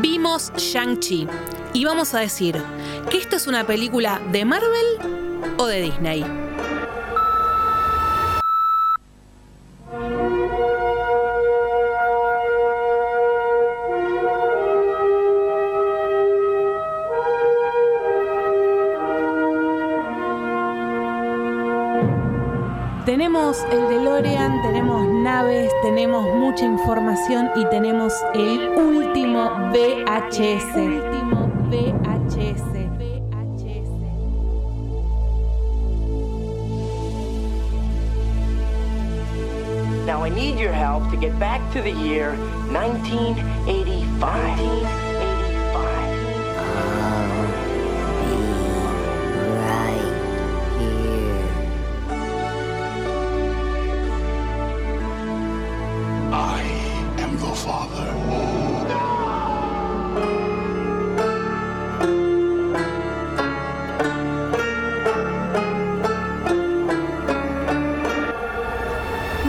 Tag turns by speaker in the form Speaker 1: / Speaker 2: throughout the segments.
Speaker 1: vimos Shang-Chi y vamos a decir que esta es una película de Marvel o de Disney.
Speaker 2: Tenemos el DeLorean, tenemos naves, tenemos mucha información y tenemos el último VHS. último VHS.
Speaker 3: Now I need your help to get back to the year 1985. 1985.
Speaker 4: I am your father.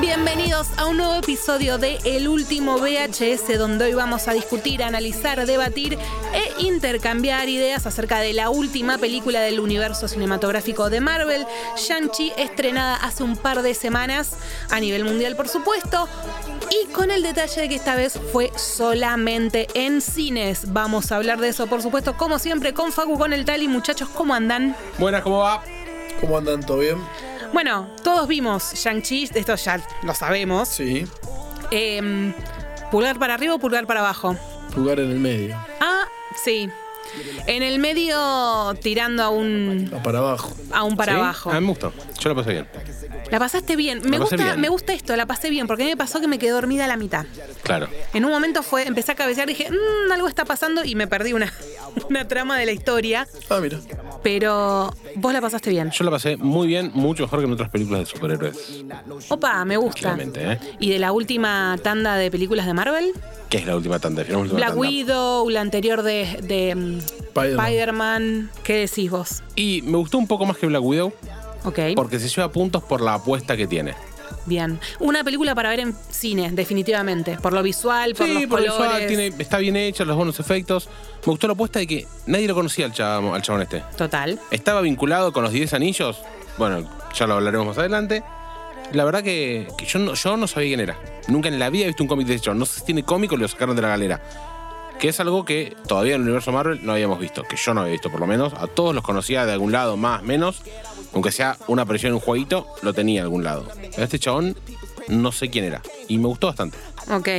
Speaker 1: Bienvenidos a un nuevo episodio de El último VHS, donde hoy vamos a discutir, analizar, debatir e intercambiar ideas acerca de la última película del universo cinematográfico de Marvel, Shang-Chi, estrenada hace un par de semanas a nivel mundial, por supuesto, y con el detalle de que esta vez fue solamente en cines. Vamos a hablar de eso, por supuesto, como siempre, con Facu, con el Tali. Muchachos, ¿cómo andan?
Speaker 5: Buenas, ¿cómo va?
Speaker 6: ¿Cómo andan? ¿Todo bien?
Speaker 1: Bueno, todos vimos Shang-Chi, esto ya lo sabemos.
Speaker 6: Sí.
Speaker 1: Em, pulgar para arriba o pulgar para abajo.
Speaker 6: Jugar en el medio.
Speaker 1: Ah, sí. En el medio tirando a un,
Speaker 6: Ah, para abajo.
Speaker 1: a un para
Speaker 5: ¿Sí?
Speaker 1: abajo.
Speaker 5: A mí me gustó. Yo la pasé bien.
Speaker 1: La pasaste bien. Me
Speaker 5: La pasé
Speaker 1: gusta,
Speaker 5: bien.
Speaker 1: me gusta esto, la pasé bien, porque a mí me pasó que me quedé dormida a la mitad.
Speaker 5: Claro.
Speaker 1: En un momento fue, empecé a cabecear y dije, "Mm, algo está pasando y me perdí una, una trama de la historia.
Speaker 6: Ah, mira.
Speaker 1: Pero vos la pasaste bien.
Speaker 5: Yo la pasé muy bien, mucho mejor que en otras películas de superhéroes.
Speaker 1: Opa, me gusta.
Speaker 5: Claramente, ¿eh?
Speaker 1: Y de la última tanda de películas de Marvel,
Speaker 5: ¿Qué es la última tanda? Definamos la última
Speaker 1: Black
Speaker 5: tanda.
Speaker 1: Widow, la anterior de, de mm,
Speaker 6: Spider-Man.
Speaker 1: Spider-Man. ¿Qué decís vos?
Speaker 5: Y me gustó un poco más que Black Widow
Speaker 1: Ok,
Speaker 5: porque se lleva puntos por la apuesta que tiene.
Speaker 1: bien. Una película para ver en cine, definitivamente. Por lo visual, por los
Speaker 5: por el
Speaker 1: colores.
Speaker 5: visual, Ah, tiene- está bien hecha, los buenos efectos. Me gustó la apuesta de que nadie lo conocía al chabón, al chabón este.
Speaker 1: Total.
Speaker 5: Estaba vinculado con los 10 anillos. Bueno, ya lo hablaremos más adelante. La verdad que, que yo, no, yo no sabía quién era. Nunca en la vida he visto un cómic de hecho. No sé si tiene cómic o lo sacaron de la galera. Que es algo que todavía en el universo Marvel no habíamos visto. Que yo no había visto por lo menos. A todos los conocía de algún lado, más, menos. Aunque sea una aparición en un jueguito, lo tenía de algún lado. Pero este chabón no sé quién era. Y me gustó bastante.
Speaker 1: Ok.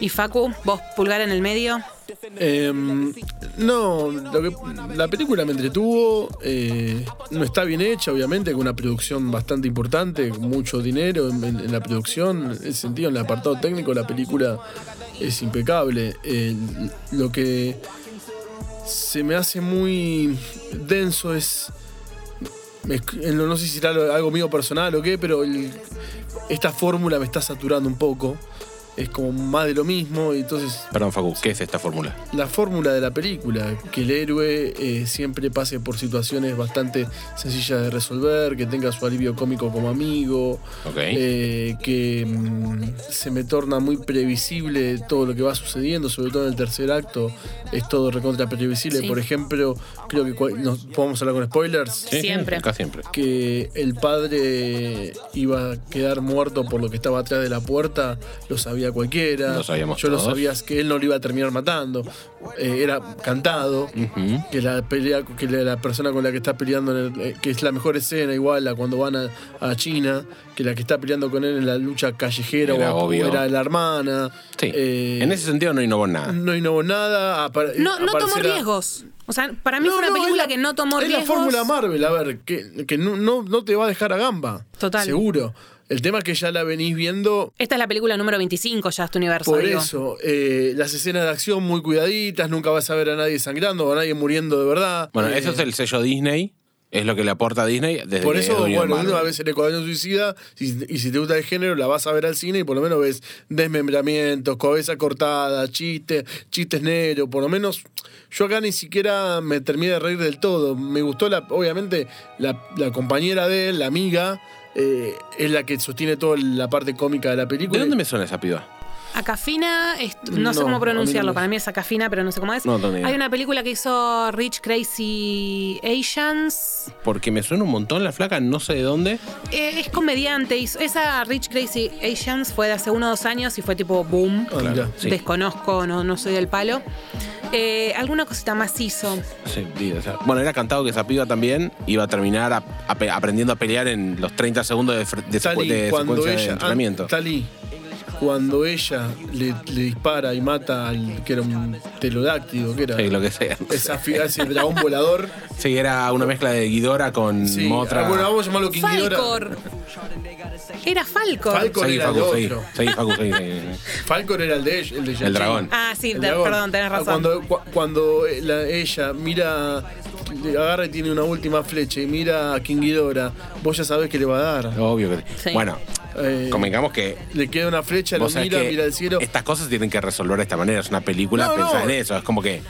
Speaker 1: Y Facu, vos pulgar en el medio.
Speaker 6: Em, no, lo que- la película me entretuvo. eh, no está bien hecha, obviamente, con una producción bastante importante, con mucho dinero en, en- en la producción. En ese sentido, en el apartado técnico, la película es impecable. Eh, lo que se me hace muy denso es. me- en lo- no sé si será lo- algo mío personal o qué, pero el- esta fórmula me está saturando un poco. Es como más de lo mismo, y entonces
Speaker 5: Perdón, Facu, ¿qué es esta fórmula?
Speaker 6: la fórmula de la película, que el héroe eh, siempre pase por situaciones bastante sencillas de resolver, que tenga su alivio cómico como amigo,
Speaker 5: Ok.
Speaker 6: eh, que mm, se me torna muy previsible todo lo que va sucediendo, sobre todo en el tercer acto, es todo recontra previsible.
Speaker 1: Sí.
Speaker 6: Por ejemplo, creo que cua- nos podemos hablar con spoilers.
Speaker 5: Sí, sí,
Speaker 1: siempre.
Speaker 5: Acá siempre.
Speaker 6: que el padre iba a quedar muerto por lo que estaba atrás de la puerta, lo sabía cualquiera.
Speaker 5: Lo sabíamos
Speaker 6: Yo
Speaker 5: todos.
Speaker 6: lo sabía que él no lo iba a terminar matando. Eh, era cantado.
Speaker 5: Ujú.
Speaker 6: Que la pelea, que la, la persona con la que está peleando, en el- eh, que es la mejor escena igual a cuando van a, a China, que la que está peleando con él en la lucha callejera
Speaker 5: Era
Speaker 6: o, a- o
Speaker 5: obvio.
Speaker 6: era la hermana.
Speaker 5: Sí.
Speaker 6: Eh,
Speaker 5: en ese sentido no innovó en nada.
Speaker 6: no innovó nada. apar-
Speaker 1: No, no tomó
Speaker 6: aparecerá-
Speaker 1: riesgos. O sea, para mí
Speaker 6: No,
Speaker 1: fue una
Speaker 6: no,
Speaker 1: película
Speaker 6: es la-
Speaker 1: que no tomó
Speaker 6: es
Speaker 1: riesgos.
Speaker 6: la fórmula Marvel, a ver, que, que no, no, no te va a dejar a gamba.
Speaker 1: Total.
Speaker 6: Seguro. El tema es que ya la venís viendo.
Speaker 1: Esta es la película número 25 ya de este universo.
Speaker 6: Por
Speaker 1: digo.
Speaker 6: eso, eh, las escenas de acción muy cuidaditas, nunca vas a ver a nadie sangrando o a nadie muriendo de verdad.
Speaker 5: Bueno,
Speaker 6: Eh,
Speaker 5: eso es el sello Disney, es lo que le aporta Disney desde
Speaker 6: Por
Speaker 5: que
Speaker 6: eso,
Speaker 5: es dueño de
Speaker 6: bueno,
Speaker 5: Marvel.
Speaker 6: uno a veces el Escuadrón Suicida, y, y si te gusta el género, la vas a ver al cine y por lo menos ves desmembramientos, cabeza cortada, chistes, chistes negros, por lo menos yo acá ni siquiera me terminé de reír del todo. Me gustó, la, obviamente, la, la compañera de él, la amiga, eh, es la que sostiene toda la parte cómica de la película.
Speaker 5: ¿De dónde me suena esa piba?
Speaker 1: Acafina, est- no, sé
Speaker 6: No,
Speaker 1: cómo
Speaker 6: a mí no
Speaker 1: pronunciarlo,
Speaker 6: me-
Speaker 1: para mí es Acafina, pero no sé cómo es.
Speaker 5: No, no tengo idea.
Speaker 1: Hay una película que hizo Rich Crazy Asians.
Speaker 5: Porque me suena un montón la flaca, no sé de dónde.
Speaker 1: Eh, es comediante. hizo- Esa Rich Crazy Asians fue de hace uno o dos años y fue tipo boom.
Speaker 6: Ah, mirá.
Speaker 5: sí.
Speaker 1: Desconozco, no, no soy del palo. Eh, alguna cosita más hizo.
Speaker 5: Sí, sí, o sea, bueno, era cantado que esa piba también iba a terminar a- a pe- aprendiendo a pelear en los 30 segundos de, fre- de, secu-
Speaker 6: Tali,
Speaker 5: de
Speaker 6: cuando
Speaker 5: secuencia de
Speaker 6: ella,
Speaker 5: entrenamiento.
Speaker 6: ah, Tali, cuando ella le, le dispara y mata al que era un telodáctido, que era
Speaker 5: Sí, lo que sea.
Speaker 6: esa figura, ese dragón volador.
Speaker 5: Sí, era una mezcla de Guidora con
Speaker 6: Sí,
Speaker 5: Motra.
Speaker 6: ah, bueno, vamos a llamarlo Kingidora.
Speaker 1: Falcor. Era Falcor.
Speaker 6: Falcor.
Speaker 5: Seguí,
Speaker 6: era el
Speaker 5: Facu, seguí,
Speaker 6: otro.
Speaker 5: seguí, Facu, seguí, seguí.
Speaker 6: Falcor era el de ella, el de Shang-Chi.
Speaker 5: El dragón.
Speaker 1: Ah, sí,
Speaker 6: El
Speaker 1: te-
Speaker 6: dragón.
Speaker 1: perdón, tenés
Speaker 6: Ah,
Speaker 1: razón.
Speaker 6: Cuando, cu- cuando eh, la- ella mira, le agarra y tiene una última flecha y mira a King Ghidorah, vos ya sabés que le va a dar.
Speaker 5: Obvio que.
Speaker 1: Sí.
Speaker 5: Bueno,
Speaker 6: Eh,
Speaker 5: convengamos que.
Speaker 6: le queda una flecha, lo
Speaker 5: vos sabés
Speaker 6: mira,
Speaker 5: que
Speaker 6: mira el cielo.
Speaker 5: Estas cosas tienen que resolver de esta manera. Es una película
Speaker 6: No,
Speaker 5: pensada en
Speaker 6: no.
Speaker 5: eso. Es como que.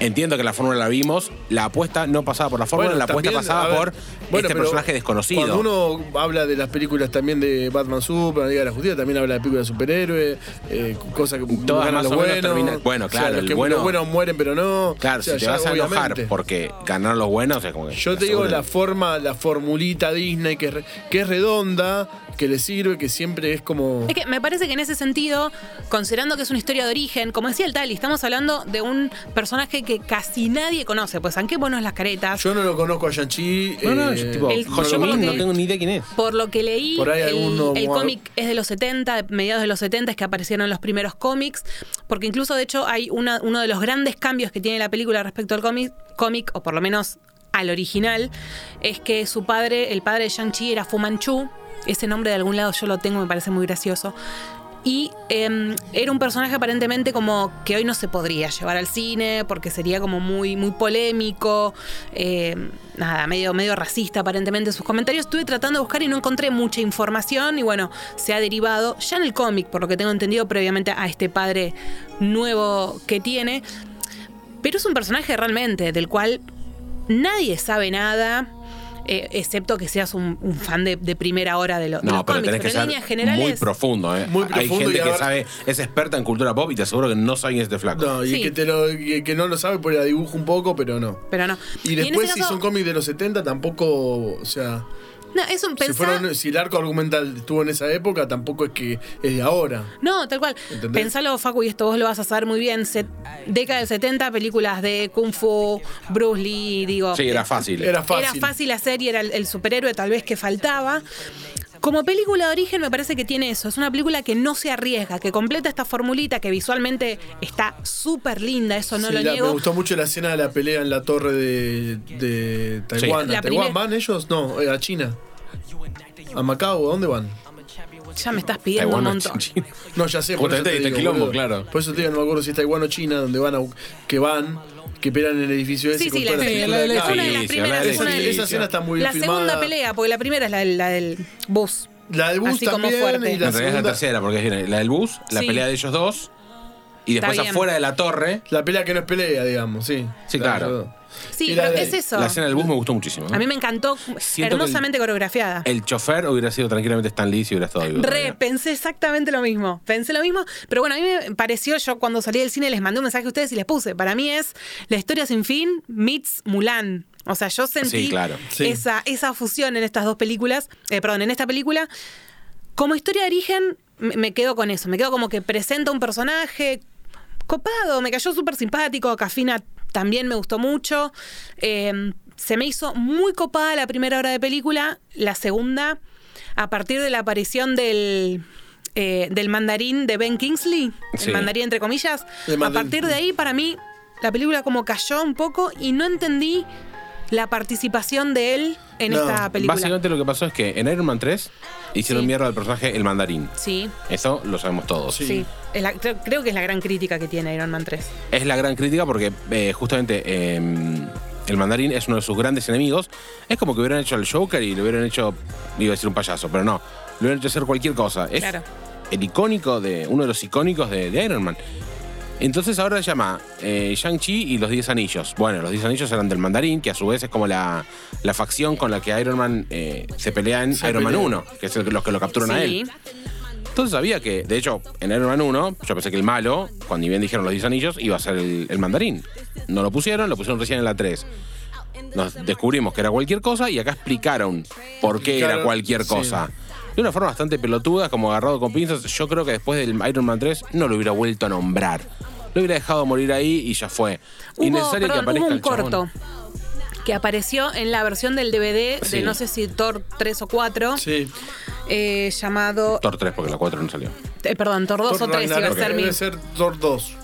Speaker 5: Entiendo que la fórmula la vimos, la apuesta no pasaba por la fórmula, la apuesta
Speaker 6: también, a
Speaker 5: pasaba
Speaker 6: ver,
Speaker 5: por
Speaker 6: bueno,
Speaker 5: este
Speaker 6: pero
Speaker 5: personaje desconocido.
Speaker 6: Cuando uno habla de las películas también de Batman Super, la Liga de la Justicia, también habla de películas de superhéroes, eh, cosas que
Speaker 5: Todas
Speaker 6: ganan
Speaker 5: más
Speaker 6: los
Speaker 5: o menos
Speaker 6: buenos.
Speaker 5: terminan- bueno,
Speaker 6: o sea,
Speaker 5: claro,
Speaker 6: los
Speaker 5: el
Speaker 6: que
Speaker 5: bueno-
Speaker 6: los buenos mueren, pero no.
Speaker 5: Claro,
Speaker 6: O sea,
Speaker 5: si te
Speaker 6: ya,
Speaker 5: vas a enojar
Speaker 6: obviamente.
Speaker 5: porque ganaron los buenos, o sea, como que
Speaker 6: Yo te digo
Speaker 5: seguro.
Speaker 6: la forma, la formulita Disney que es, re- que es redonda, que le sirve, que siempre es como.
Speaker 1: Es que me parece que en ese sentido, considerando que es una historia de origen, como decía el Tali, estamos hablando de un personaje que casi nadie conoce, pues sanquémonos las caretas.
Speaker 6: Yo no lo conozco a Shang-Chi.
Speaker 5: No, no,
Speaker 6: eh,
Speaker 5: yo, tipo,
Speaker 1: el-
Speaker 5: José
Speaker 1: yo por lo
Speaker 5: Min,
Speaker 1: que-
Speaker 5: no tengo ni idea quién es.
Speaker 1: Por lo que leí,
Speaker 6: Por ahí
Speaker 1: el,
Speaker 6: alguno-
Speaker 1: el cómic es de los 70, de mediados de los 70 es que aparecieron los primeros cómics, porque incluso de hecho hay una, uno de los grandes cambios que tiene la película respecto al cómic, cómic o por lo menos al original, es que su padre, el padre de Shang-Chi era Fu Manchu, ese nombre de algún lado yo lo tengo, me parece muy gracioso. Y em, era un personaje aparentemente como que hoy no se podría llevar al cine porque sería como muy, muy polémico, em, nada, medio, medio racista aparentemente en sus comentarios. Estuve tratando de buscar y no encontré mucha información y bueno, se ha derivado ya en el cómic, por lo que tengo entendido previamente a este padre nuevo que tiene. Pero es un personaje realmente del cual nadie sabe nada. eh, excepto que seas un, un fan de, de primera hora de, lo, de los
Speaker 5: No, pero
Speaker 1: cómics.
Speaker 5: tenés que
Speaker 1: en
Speaker 5: ser
Speaker 1: líneas generales,
Speaker 5: muy profundo, ¿eh?
Speaker 6: Muy
Speaker 5: Hay
Speaker 6: profundo y
Speaker 5: gente que
Speaker 6: agar-
Speaker 5: sabe, es experta en cultura pop y te aseguro que no sabe quién es este flaco.
Speaker 6: No, y
Speaker 1: Sí.
Speaker 6: que, te lo, y que no lo sabe, porque la dibujo un poco, pero no.
Speaker 1: Pero no.
Speaker 6: Y
Speaker 1: en
Speaker 6: después,
Speaker 1: ese
Speaker 6: si
Speaker 1: caso,
Speaker 6: son cómics de los 70, tampoco. O sea,
Speaker 1: No, es un
Speaker 6: si,
Speaker 1: pensá-
Speaker 6: fueron, si el arco argumental estuvo en esa época, tampoco es que es de ahora.
Speaker 1: No, tal cual.
Speaker 6: ¿Entendés?
Speaker 1: Pensalo, Facu, y esto vos lo vas a saber muy bien. Se- Década del 70, películas de Kung Fu, Bruce Lee, digo.
Speaker 5: Sí, era fácil.
Speaker 6: Era fácil.
Speaker 1: Era fácil hacer y era el, el superhéroe tal vez que faltaba. Como película de origen me parece que tiene eso. Es una película que no se arriesga, que completa esta formulita que visualmente está súper linda, eso no
Speaker 6: Sí,
Speaker 1: lo
Speaker 6: la- me
Speaker 1: niego.
Speaker 6: gustó mucho la escena de la pelea en la torre de, de Taiwán.
Speaker 1: La
Speaker 6: ¿A Taiwán
Speaker 1: primer-
Speaker 6: van ellos? No, eh, a China. ¿A Macao? ¿A dónde van?
Speaker 1: Ya me estás pidiendo
Speaker 5: Taiwán
Speaker 1: un
Speaker 5: es
Speaker 1: montón.
Speaker 5: China.
Speaker 6: No, ya sé.
Speaker 5: Justamente
Speaker 6: por eso
Speaker 5: está
Speaker 6: te
Speaker 5: el
Speaker 6: digo,
Speaker 5: quilombo,
Speaker 6: boludo.
Speaker 5: claro.
Speaker 6: Por eso te digo, no me acuerdo si es Taiwán o China, donde van a, que van, que pelean en el edificio ese.
Speaker 1: Sí,
Speaker 6: con
Speaker 1: sí, la,
Speaker 6: toda
Speaker 1: sí,
Speaker 6: estructura de
Speaker 1: es
Speaker 6: acá.
Speaker 1: una de las
Speaker 5: Sí, sí,
Speaker 1: primeras.
Speaker 5: la
Speaker 1: es una de-
Speaker 6: Esa- Esa escena está muy bien
Speaker 1: la
Speaker 6: filmada.
Speaker 1: segunda pelea, porque la primera es la, del- la del bus.
Speaker 6: La de Bus
Speaker 1: Así como
Speaker 6: también.
Speaker 1: fuerte.
Speaker 6: Y
Speaker 5: En realidad
Speaker 6: la
Speaker 5: es la
Speaker 6: segunda.
Speaker 5: tercera, porque es bien, la del bus, la
Speaker 1: Sí.
Speaker 5: pelea de ellos dos, y
Speaker 1: Está
Speaker 5: después
Speaker 1: bien.
Speaker 5: afuera de la torre.
Speaker 6: La pelea que no es pelea, digamos, sí.
Speaker 5: Sí,
Speaker 6: La-
Speaker 5: claro.
Speaker 1: Sí,
Speaker 6: Y la
Speaker 1: pero
Speaker 6: de-
Speaker 1: es eso.
Speaker 5: La escena del bus me gustó muchísimo. ¿no?
Speaker 1: A mí me encantó,
Speaker 5: Siento que
Speaker 1: hermosamente coreografiada.
Speaker 5: El chofer hubiera sido tranquilamente Stan Lee si hubiera estado vivo.
Speaker 1: Re, pensé exactamente lo mismo. Pensé lo mismo, pero bueno, a mí me pareció, yo cuando salí del cine les mandé un mensaje a ustedes y les puse, para mí es La historia sin fin meets Mulan. O sea, yo sentí
Speaker 5: Sí, claro.
Speaker 6: Sí.
Speaker 1: esa, esa fusión en estas dos películas, eh, perdón, en esta película. Como historia de origen, me, me quedo con eso. Me quedo como que presenta un personaje copado, me cayó súper simpático. Cafina también me gustó mucho. Eh, se me hizo muy copada la primera hora de película. La segunda, a partir de la aparición del. eh, del mandarín de Ben Kingsley,
Speaker 5: Sí.
Speaker 1: el mandarín entre comillas,
Speaker 6: El
Speaker 1: a
Speaker 6: mandarín.
Speaker 1: partir de ahí para mí la película como cayó un poco y no entendí la participación de él en
Speaker 6: No,
Speaker 1: esta película.
Speaker 5: Básicamente lo que pasó es que en Iron Man 3 hicieron
Speaker 1: Sí.
Speaker 5: mierda al personaje el mandarín.
Speaker 1: Sí,
Speaker 5: Eso lo sabemos todos.
Speaker 1: sí. Es la- creo, creo que es la gran crítica que tiene Iron Man 3.
Speaker 5: Es la gran crítica porque eh, justamente eh, el mandarín es uno de sus grandes enemigos. Es como que hubieran hecho al Joker y le hubieran hecho, iba a decir un payaso, pero no, le hubieran hecho hacer cualquier cosa. Es
Speaker 1: Claro.
Speaker 5: el icónico de, uno de los icónicos de, de Iron Man. Entonces ahora se llama eh, Shang-Chi y los 10 anillos. Bueno, los 10 anillos eran del mandarín, que a su vez es como la, la facción con la que Iron Man eh, se pelea en
Speaker 6: Se
Speaker 5: Iron Man
Speaker 6: pelea.
Speaker 5: 1, que es el- los que lo capturan a
Speaker 1: Sí.
Speaker 5: él. Entonces sabía que, de hecho, en Iron Man 1, yo pensé que el malo, cuando bien dijeron los 10 anillos, iba a ser el, el mandarín. No lo pusieron, lo pusieron recién en la 3. Nos descubrimos que era cualquier cosa y acá explicaron por qué era
Speaker 6: Explicaron,
Speaker 5: cualquier
Speaker 6: sí.
Speaker 5: cosa. De una forma bastante pelotuda, como agarrado con pinzas. Yo creo que después del Iron Man 3 no lo hubiera vuelto a nombrar. Lo hubiera dejado morir ahí y ya fue.
Speaker 1: Hubo,
Speaker 5: Innecesario
Speaker 1: perdón, hubo un
Speaker 5: el chabón.
Speaker 1: corto que apareció en la versión del DVD de
Speaker 5: Sí.
Speaker 1: no sé si Thor 3 o 4,
Speaker 6: Sí.
Speaker 1: eh, llamado.
Speaker 5: Thor 3, porque la 4 no salió.
Speaker 1: eh, perdón, Thor 2
Speaker 6: Thor
Speaker 1: o 3 iba a
Speaker 6: Ragnarok.
Speaker 1: ser mi.
Speaker 6: Debe ser Thor 2.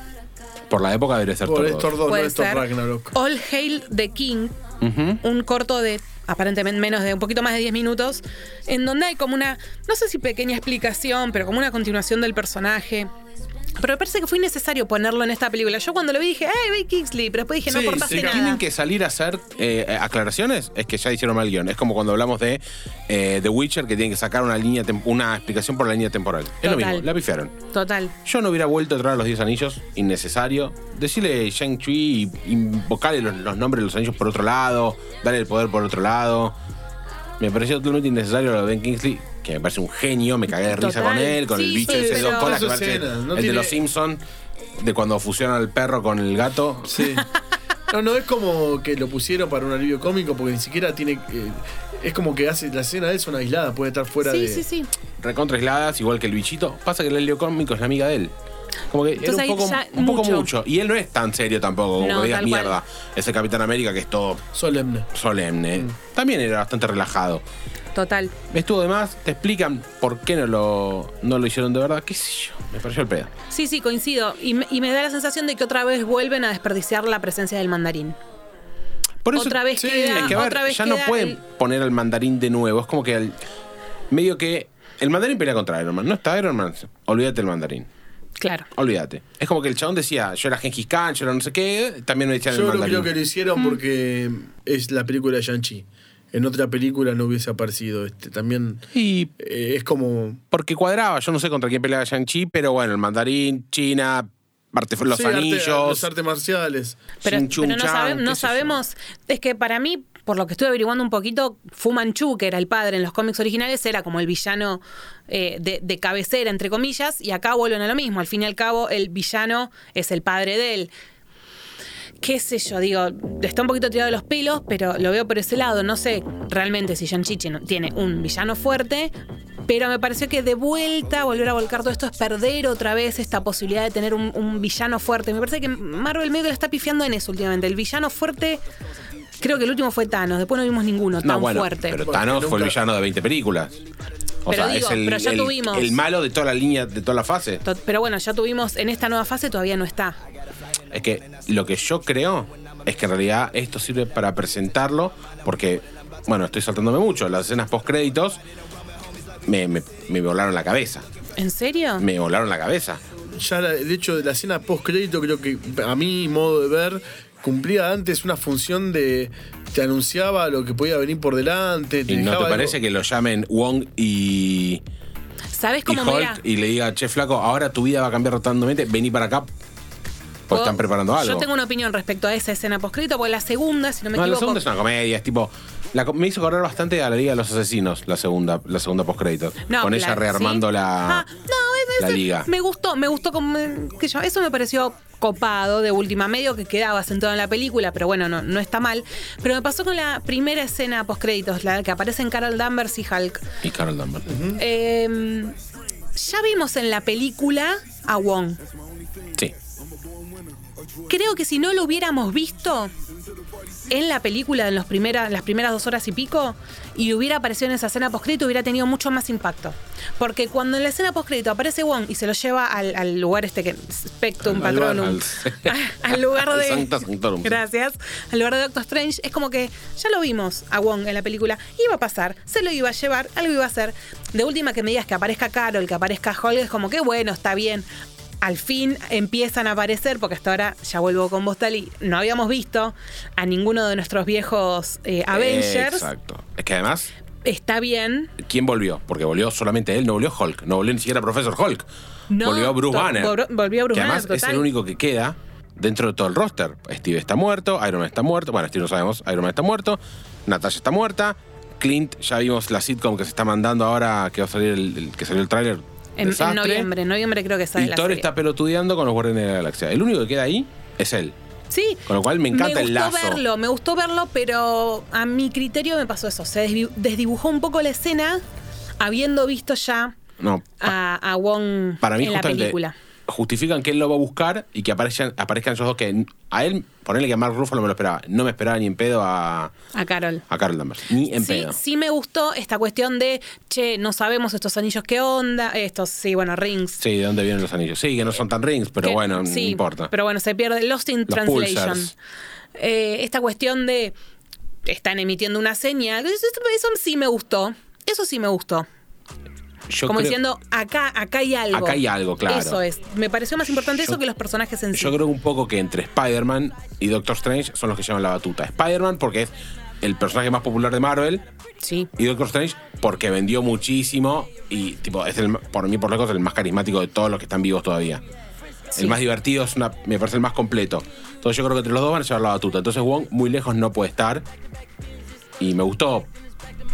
Speaker 5: Por la época debería ser
Speaker 6: Por
Speaker 5: Thor
Speaker 6: es
Speaker 5: 2.
Speaker 6: Thor 2, no
Speaker 1: Puede
Speaker 6: es Thor
Speaker 1: ser. Oh.
Speaker 6: Ragnarok.
Speaker 1: All Hail the King,
Speaker 5: Ujú.
Speaker 1: un corto de aparentemente menos de un poquito más de 10 minutos, en donde hay como una, no sé si pequeña explicación, pero como una continuación del personaje. Pero me parece que fue innecesario ponerlo en esta película. Yo cuando lo vi dije, ¡Hey, Bay Kingsley! Pero después dije, no
Speaker 6: Sí,
Speaker 1: aportaste
Speaker 6: sí,
Speaker 1: nada.
Speaker 5: tienen que salir a hacer eh, aclaraciones, es que ya hicieron mal guión. Es como cuando hablamos de eh, The Witcher, que tienen que sacar una línea tem- una explicación por la línea temporal. Es lo
Speaker 1: Total.
Speaker 5: mismo, la pifiaron.
Speaker 1: Total.
Speaker 5: Yo no hubiera vuelto a traer los 10 anillos, innecesario. Decirle Shang-Chi y invocarle los, los nombres de los anillos por otro lado, darle el poder por otro lado. Me pareció totalmente innecesario lo de Ben Kingsley, que me parece un genio, me cagué de risa
Speaker 1: Total.
Speaker 5: con él, con el
Speaker 1: Sí,
Speaker 5: bicho
Speaker 1: sí,
Speaker 5: ese de dos
Speaker 1: pero-
Speaker 5: colas, que
Speaker 6: Todas sus
Speaker 5: parece
Speaker 6: escenas, no
Speaker 5: el de
Speaker 6: tiene-
Speaker 5: los Simpsons, de cuando fusiona al perro con el gato.
Speaker 6: Sí. No, no es como que lo pusieron para un alivio cómico porque ni siquiera tiene. eh, es como que hace la escena de él es una aislada, puede estar fuera
Speaker 1: Sí,
Speaker 6: de.
Speaker 1: sí, sí.
Speaker 5: recontra aisladas, igual que el bichito. Pasa que el helio cómico es la amiga de él. Como que
Speaker 1: Entonces
Speaker 5: era
Speaker 1: ahí
Speaker 5: un poco,
Speaker 1: ya
Speaker 5: un poco
Speaker 1: mucho.
Speaker 5: mucho. Y él no es tan serio tampoco, como
Speaker 1: No,
Speaker 5: que digas
Speaker 1: tal cual.
Speaker 5: mierda. Es el Capitán América que es todo
Speaker 6: Solemne.
Speaker 5: solemne. También era bastante relajado.
Speaker 1: Total.
Speaker 5: Estuvo de más, te explican por qué no lo, no lo hicieron de verdad. ¿Qué sé yo? Me pareció el pedo.
Speaker 1: Sí, sí, coincido. Y me, y me da la sensación de que otra vez vuelven a desperdiciar la presencia del mandarín.
Speaker 5: Por
Speaker 1: Otra vez
Speaker 5: sí,
Speaker 1: queda-
Speaker 5: es que a ver,
Speaker 1: otra vez
Speaker 5: ya no
Speaker 1: queda
Speaker 5: pueden
Speaker 1: el-
Speaker 5: poner al mandarín de nuevo. Es como que el, medio que. El mandarín pelea contra Iron Man. No está Iron Man. Olvídate el mandarín.
Speaker 1: Claro.
Speaker 5: Olvídate. Es como que el chabón decía, yo era Gengis Khan, yo era no sé qué, también me echaron el
Speaker 6: Yo no
Speaker 5: mandarín.
Speaker 6: creo que lo
Speaker 1: Mm.
Speaker 6: hicieron porque es la película de Shang-Chi. En otra película no hubiese aparecido. Este, también
Speaker 5: Y
Speaker 6: eh, es como.
Speaker 5: porque cuadraba, yo no sé contra quién peleaba Shang-Chi, pero bueno, el mandarín, China, parte- los
Speaker 6: Sí, arte-
Speaker 5: anillos.
Speaker 6: los artes marciales.
Speaker 1: Pero,
Speaker 5: Shin Chun
Speaker 1: pero no,
Speaker 5: Chan,
Speaker 1: sabe-
Speaker 5: qué
Speaker 1: no
Speaker 5: sé yo.
Speaker 1: sabemos. Es que para mí, por lo que estuve averiguando un poquito, Fu Manchu, que era el padre en los cómics originales, era como el villano eh, de, de cabecera, entre comillas, y acá vuelven a lo mismo. Al fin y al cabo, el villano es el padre de él. Qué sé yo, digo, está un poquito tirado de los pelos, pero lo veo por ese lado. No sé realmente si Shang-Chi tiene- tiene un villano fuerte, pero me pareció que de vuelta volver a volcar todo esto es perder otra vez esta posibilidad de tener un, un villano fuerte. Me parece que Marvel medio que la está pifiando en eso últimamente. El villano fuerte, creo que el último fue Thanos, después no vimos ninguno
Speaker 5: No,
Speaker 1: tan
Speaker 5: bueno,
Speaker 1: fuerte.
Speaker 5: pero
Speaker 6: Porque
Speaker 5: Thanos fue el
Speaker 6: nunca-
Speaker 5: villano de 20 películas. O
Speaker 1: Pero
Speaker 5: sea,
Speaker 1: digo,
Speaker 5: es el,
Speaker 1: pero ya
Speaker 5: el-
Speaker 1: tuvimos.
Speaker 5: el malo de toda la línea, de toda la fase.
Speaker 1: To- pero bueno, ya tuvimos en esta nueva fase, todavía no está.
Speaker 5: Es que lo que yo creo es que en realidad esto sirve para presentarlo, porque, bueno, estoy saltándome mucho. Las escenas post créditos me, me, me volaron la cabeza.
Speaker 1: ¿En serio?
Speaker 5: Me volaron la cabeza.
Speaker 6: Ya la- de hecho, de la escena post-crédito, creo que a mi modo de ver, cumplía antes una función de. Te anunciaba lo que podía venir por delante.
Speaker 5: ¿Y no
Speaker 6: dejaba
Speaker 5: te
Speaker 6: algo-
Speaker 5: parece que lo llamen Wong y,
Speaker 1: ¿Sabes
Speaker 5: y
Speaker 1: cómo
Speaker 5: Hulk
Speaker 1: mira?
Speaker 5: y le diga, che, flaco, ahora tu vida va a cambiar totalmente, vení para acá? Pues están preparando algo.
Speaker 1: Yo tengo una opinión respecto a esa escena poscrito, porque la segunda, si no me
Speaker 5: no, la
Speaker 1: equivoco.
Speaker 5: segunda es una comedia, es tipo. la co- me hizo correr bastante a la Liga de los Asesinos, la segunda, la segunda postcrédito.
Speaker 1: No,
Speaker 5: con ella
Speaker 1: claro,
Speaker 5: rearmando
Speaker 1: ¿sí?
Speaker 5: la.
Speaker 1: Ah, no, es-
Speaker 5: la
Speaker 1: es-
Speaker 5: liga.
Speaker 1: Me gustó, me gustó como que yo, eso me pareció copado de última medio que quedaba sentado en la película, pero bueno, no, no está mal. Pero me pasó con la primera escena post créditos, la que aparecen Carol Danvers y Hulk.
Speaker 5: Y Carol Danvers.
Speaker 1: Eh, ya vimos en la película a Wong.
Speaker 5: Sí.
Speaker 1: Creo que si no lo hubiéramos visto en la película en los primeras, las primeras dos horas y pico y hubiera aparecido en esa escena postcrédito hubiera tenido mucho más impacto. Porque cuando en la escena postcrédito aparece Wong y se lo lleva al, al lugar este que Spectrum
Speaker 5: Al lugar,
Speaker 1: Patronum,
Speaker 5: al-
Speaker 1: al, lugar de...
Speaker 5: Sancta Sanctorum, sí.
Speaker 1: Gracias. Al lugar de Doctor Strange es como que ya lo vimos a Wong en la película. Iba a pasar, se lo iba a llevar, algo iba a hacer. De última que me digas que aparezca Carol, que aparezca Hulk, es como que bueno, está bien. Al fin empiezan a aparecer, porque hasta ahora ya vuelvo con vos, Tali. No habíamos visto a ninguno de nuestros viejos eh, Avengers.
Speaker 5: Exacto. Es que además,
Speaker 1: Está bien.
Speaker 5: ¿quién volvió? Porque volvió solamente él, no volvió Hulk. No volvió ni siquiera Profesor Hulk.
Speaker 1: No,
Speaker 5: volvió Bruce
Speaker 1: to-
Speaker 5: Banner.
Speaker 1: vol- volvió Bruce
Speaker 5: que además
Speaker 1: Banner,
Speaker 5: es
Speaker 1: total.
Speaker 5: el único que queda dentro de todo el roster. Steve está muerto, Iron Man está muerto. Bueno, Steve no sabemos, Iron Man está muerto. Natalia está muerta. Clint, ya vimos la sitcom que se está mandando ahora, que va a salir el, el- que salió el tráiler.
Speaker 1: En, en
Speaker 5: desastre.
Speaker 1: noviembre, en noviembre creo que sale
Speaker 5: Y
Speaker 1: la
Speaker 5: Thor
Speaker 1: serie.
Speaker 5: está pelotudeando con los Guardianes de la Galaxia. El único que queda ahí es él.
Speaker 1: Sí.
Speaker 5: Con lo cual me encanta
Speaker 1: me
Speaker 5: el
Speaker 1: gustó
Speaker 5: lazo.
Speaker 1: verlo, me gustó verlo, pero a mi criterio me pasó eso. Se desdibu- desdibujó un poco la escena habiendo visto ya
Speaker 5: No,
Speaker 1: a, a Wong
Speaker 5: para mí
Speaker 1: en la
Speaker 5: justamente
Speaker 1: película.
Speaker 5: justifican que él lo va a buscar y que aparezcan, aparezcan esos dos que a él, ponerle que a Mark Ruffalo me lo esperaba. No me esperaba ni en pedo a,
Speaker 1: A Carol.
Speaker 5: a Carol Danvers. Ni en
Speaker 1: Sí,
Speaker 5: pedo.
Speaker 1: sí me gustó esta cuestión de, che, no sabemos estos anillos qué onda, estos, sí, bueno, rings.
Speaker 5: Sí, ¿de dónde vienen los anillos? Sí, que no son tan rings, pero
Speaker 1: Que-
Speaker 5: bueno, no
Speaker 1: sí,
Speaker 5: importa.
Speaker 1: Pero bueno, se pierde Lost in
Speaker 5: Los
Speaker 1: Translation.
Speaker 5: pulsars.
Speaker 1: Eh, esta cuestión de están emitiendo una señal, eso, eso sí me gustó. Eso sí me gustó.
Speaker 5: Yo
Speaker 1: Como
Speaker 5: creo-
Speaker 1: diciendo, acá, acá hay algo.
Speaker 5: Acá hay algo, claro.
Speaker 1: Eso es. Me pareció más importante
Speaker 5: Yo-
Speaker 1: eso que los personajes en sí.
Speaker 5: Yo creo un poco que entre Spider-Man y Doctor Strange son los que llevan la batuta. Spider-Man porque es el personaje más popular de Marvel
Speaker 1: Sí.
Speaker 5: y Doctor Strange porque vendió muchísimo y tipo es el, por mí por lejos el más carismático de todos los que están vivos todavía.
Speaker 1: Sí.
Speaker 5: El más divertido es una, me parece el más completo. Entonces yo creo que entre los dos van a llevar la batuta. Entonces Wong muy lejos no puede estar. Y me gustó.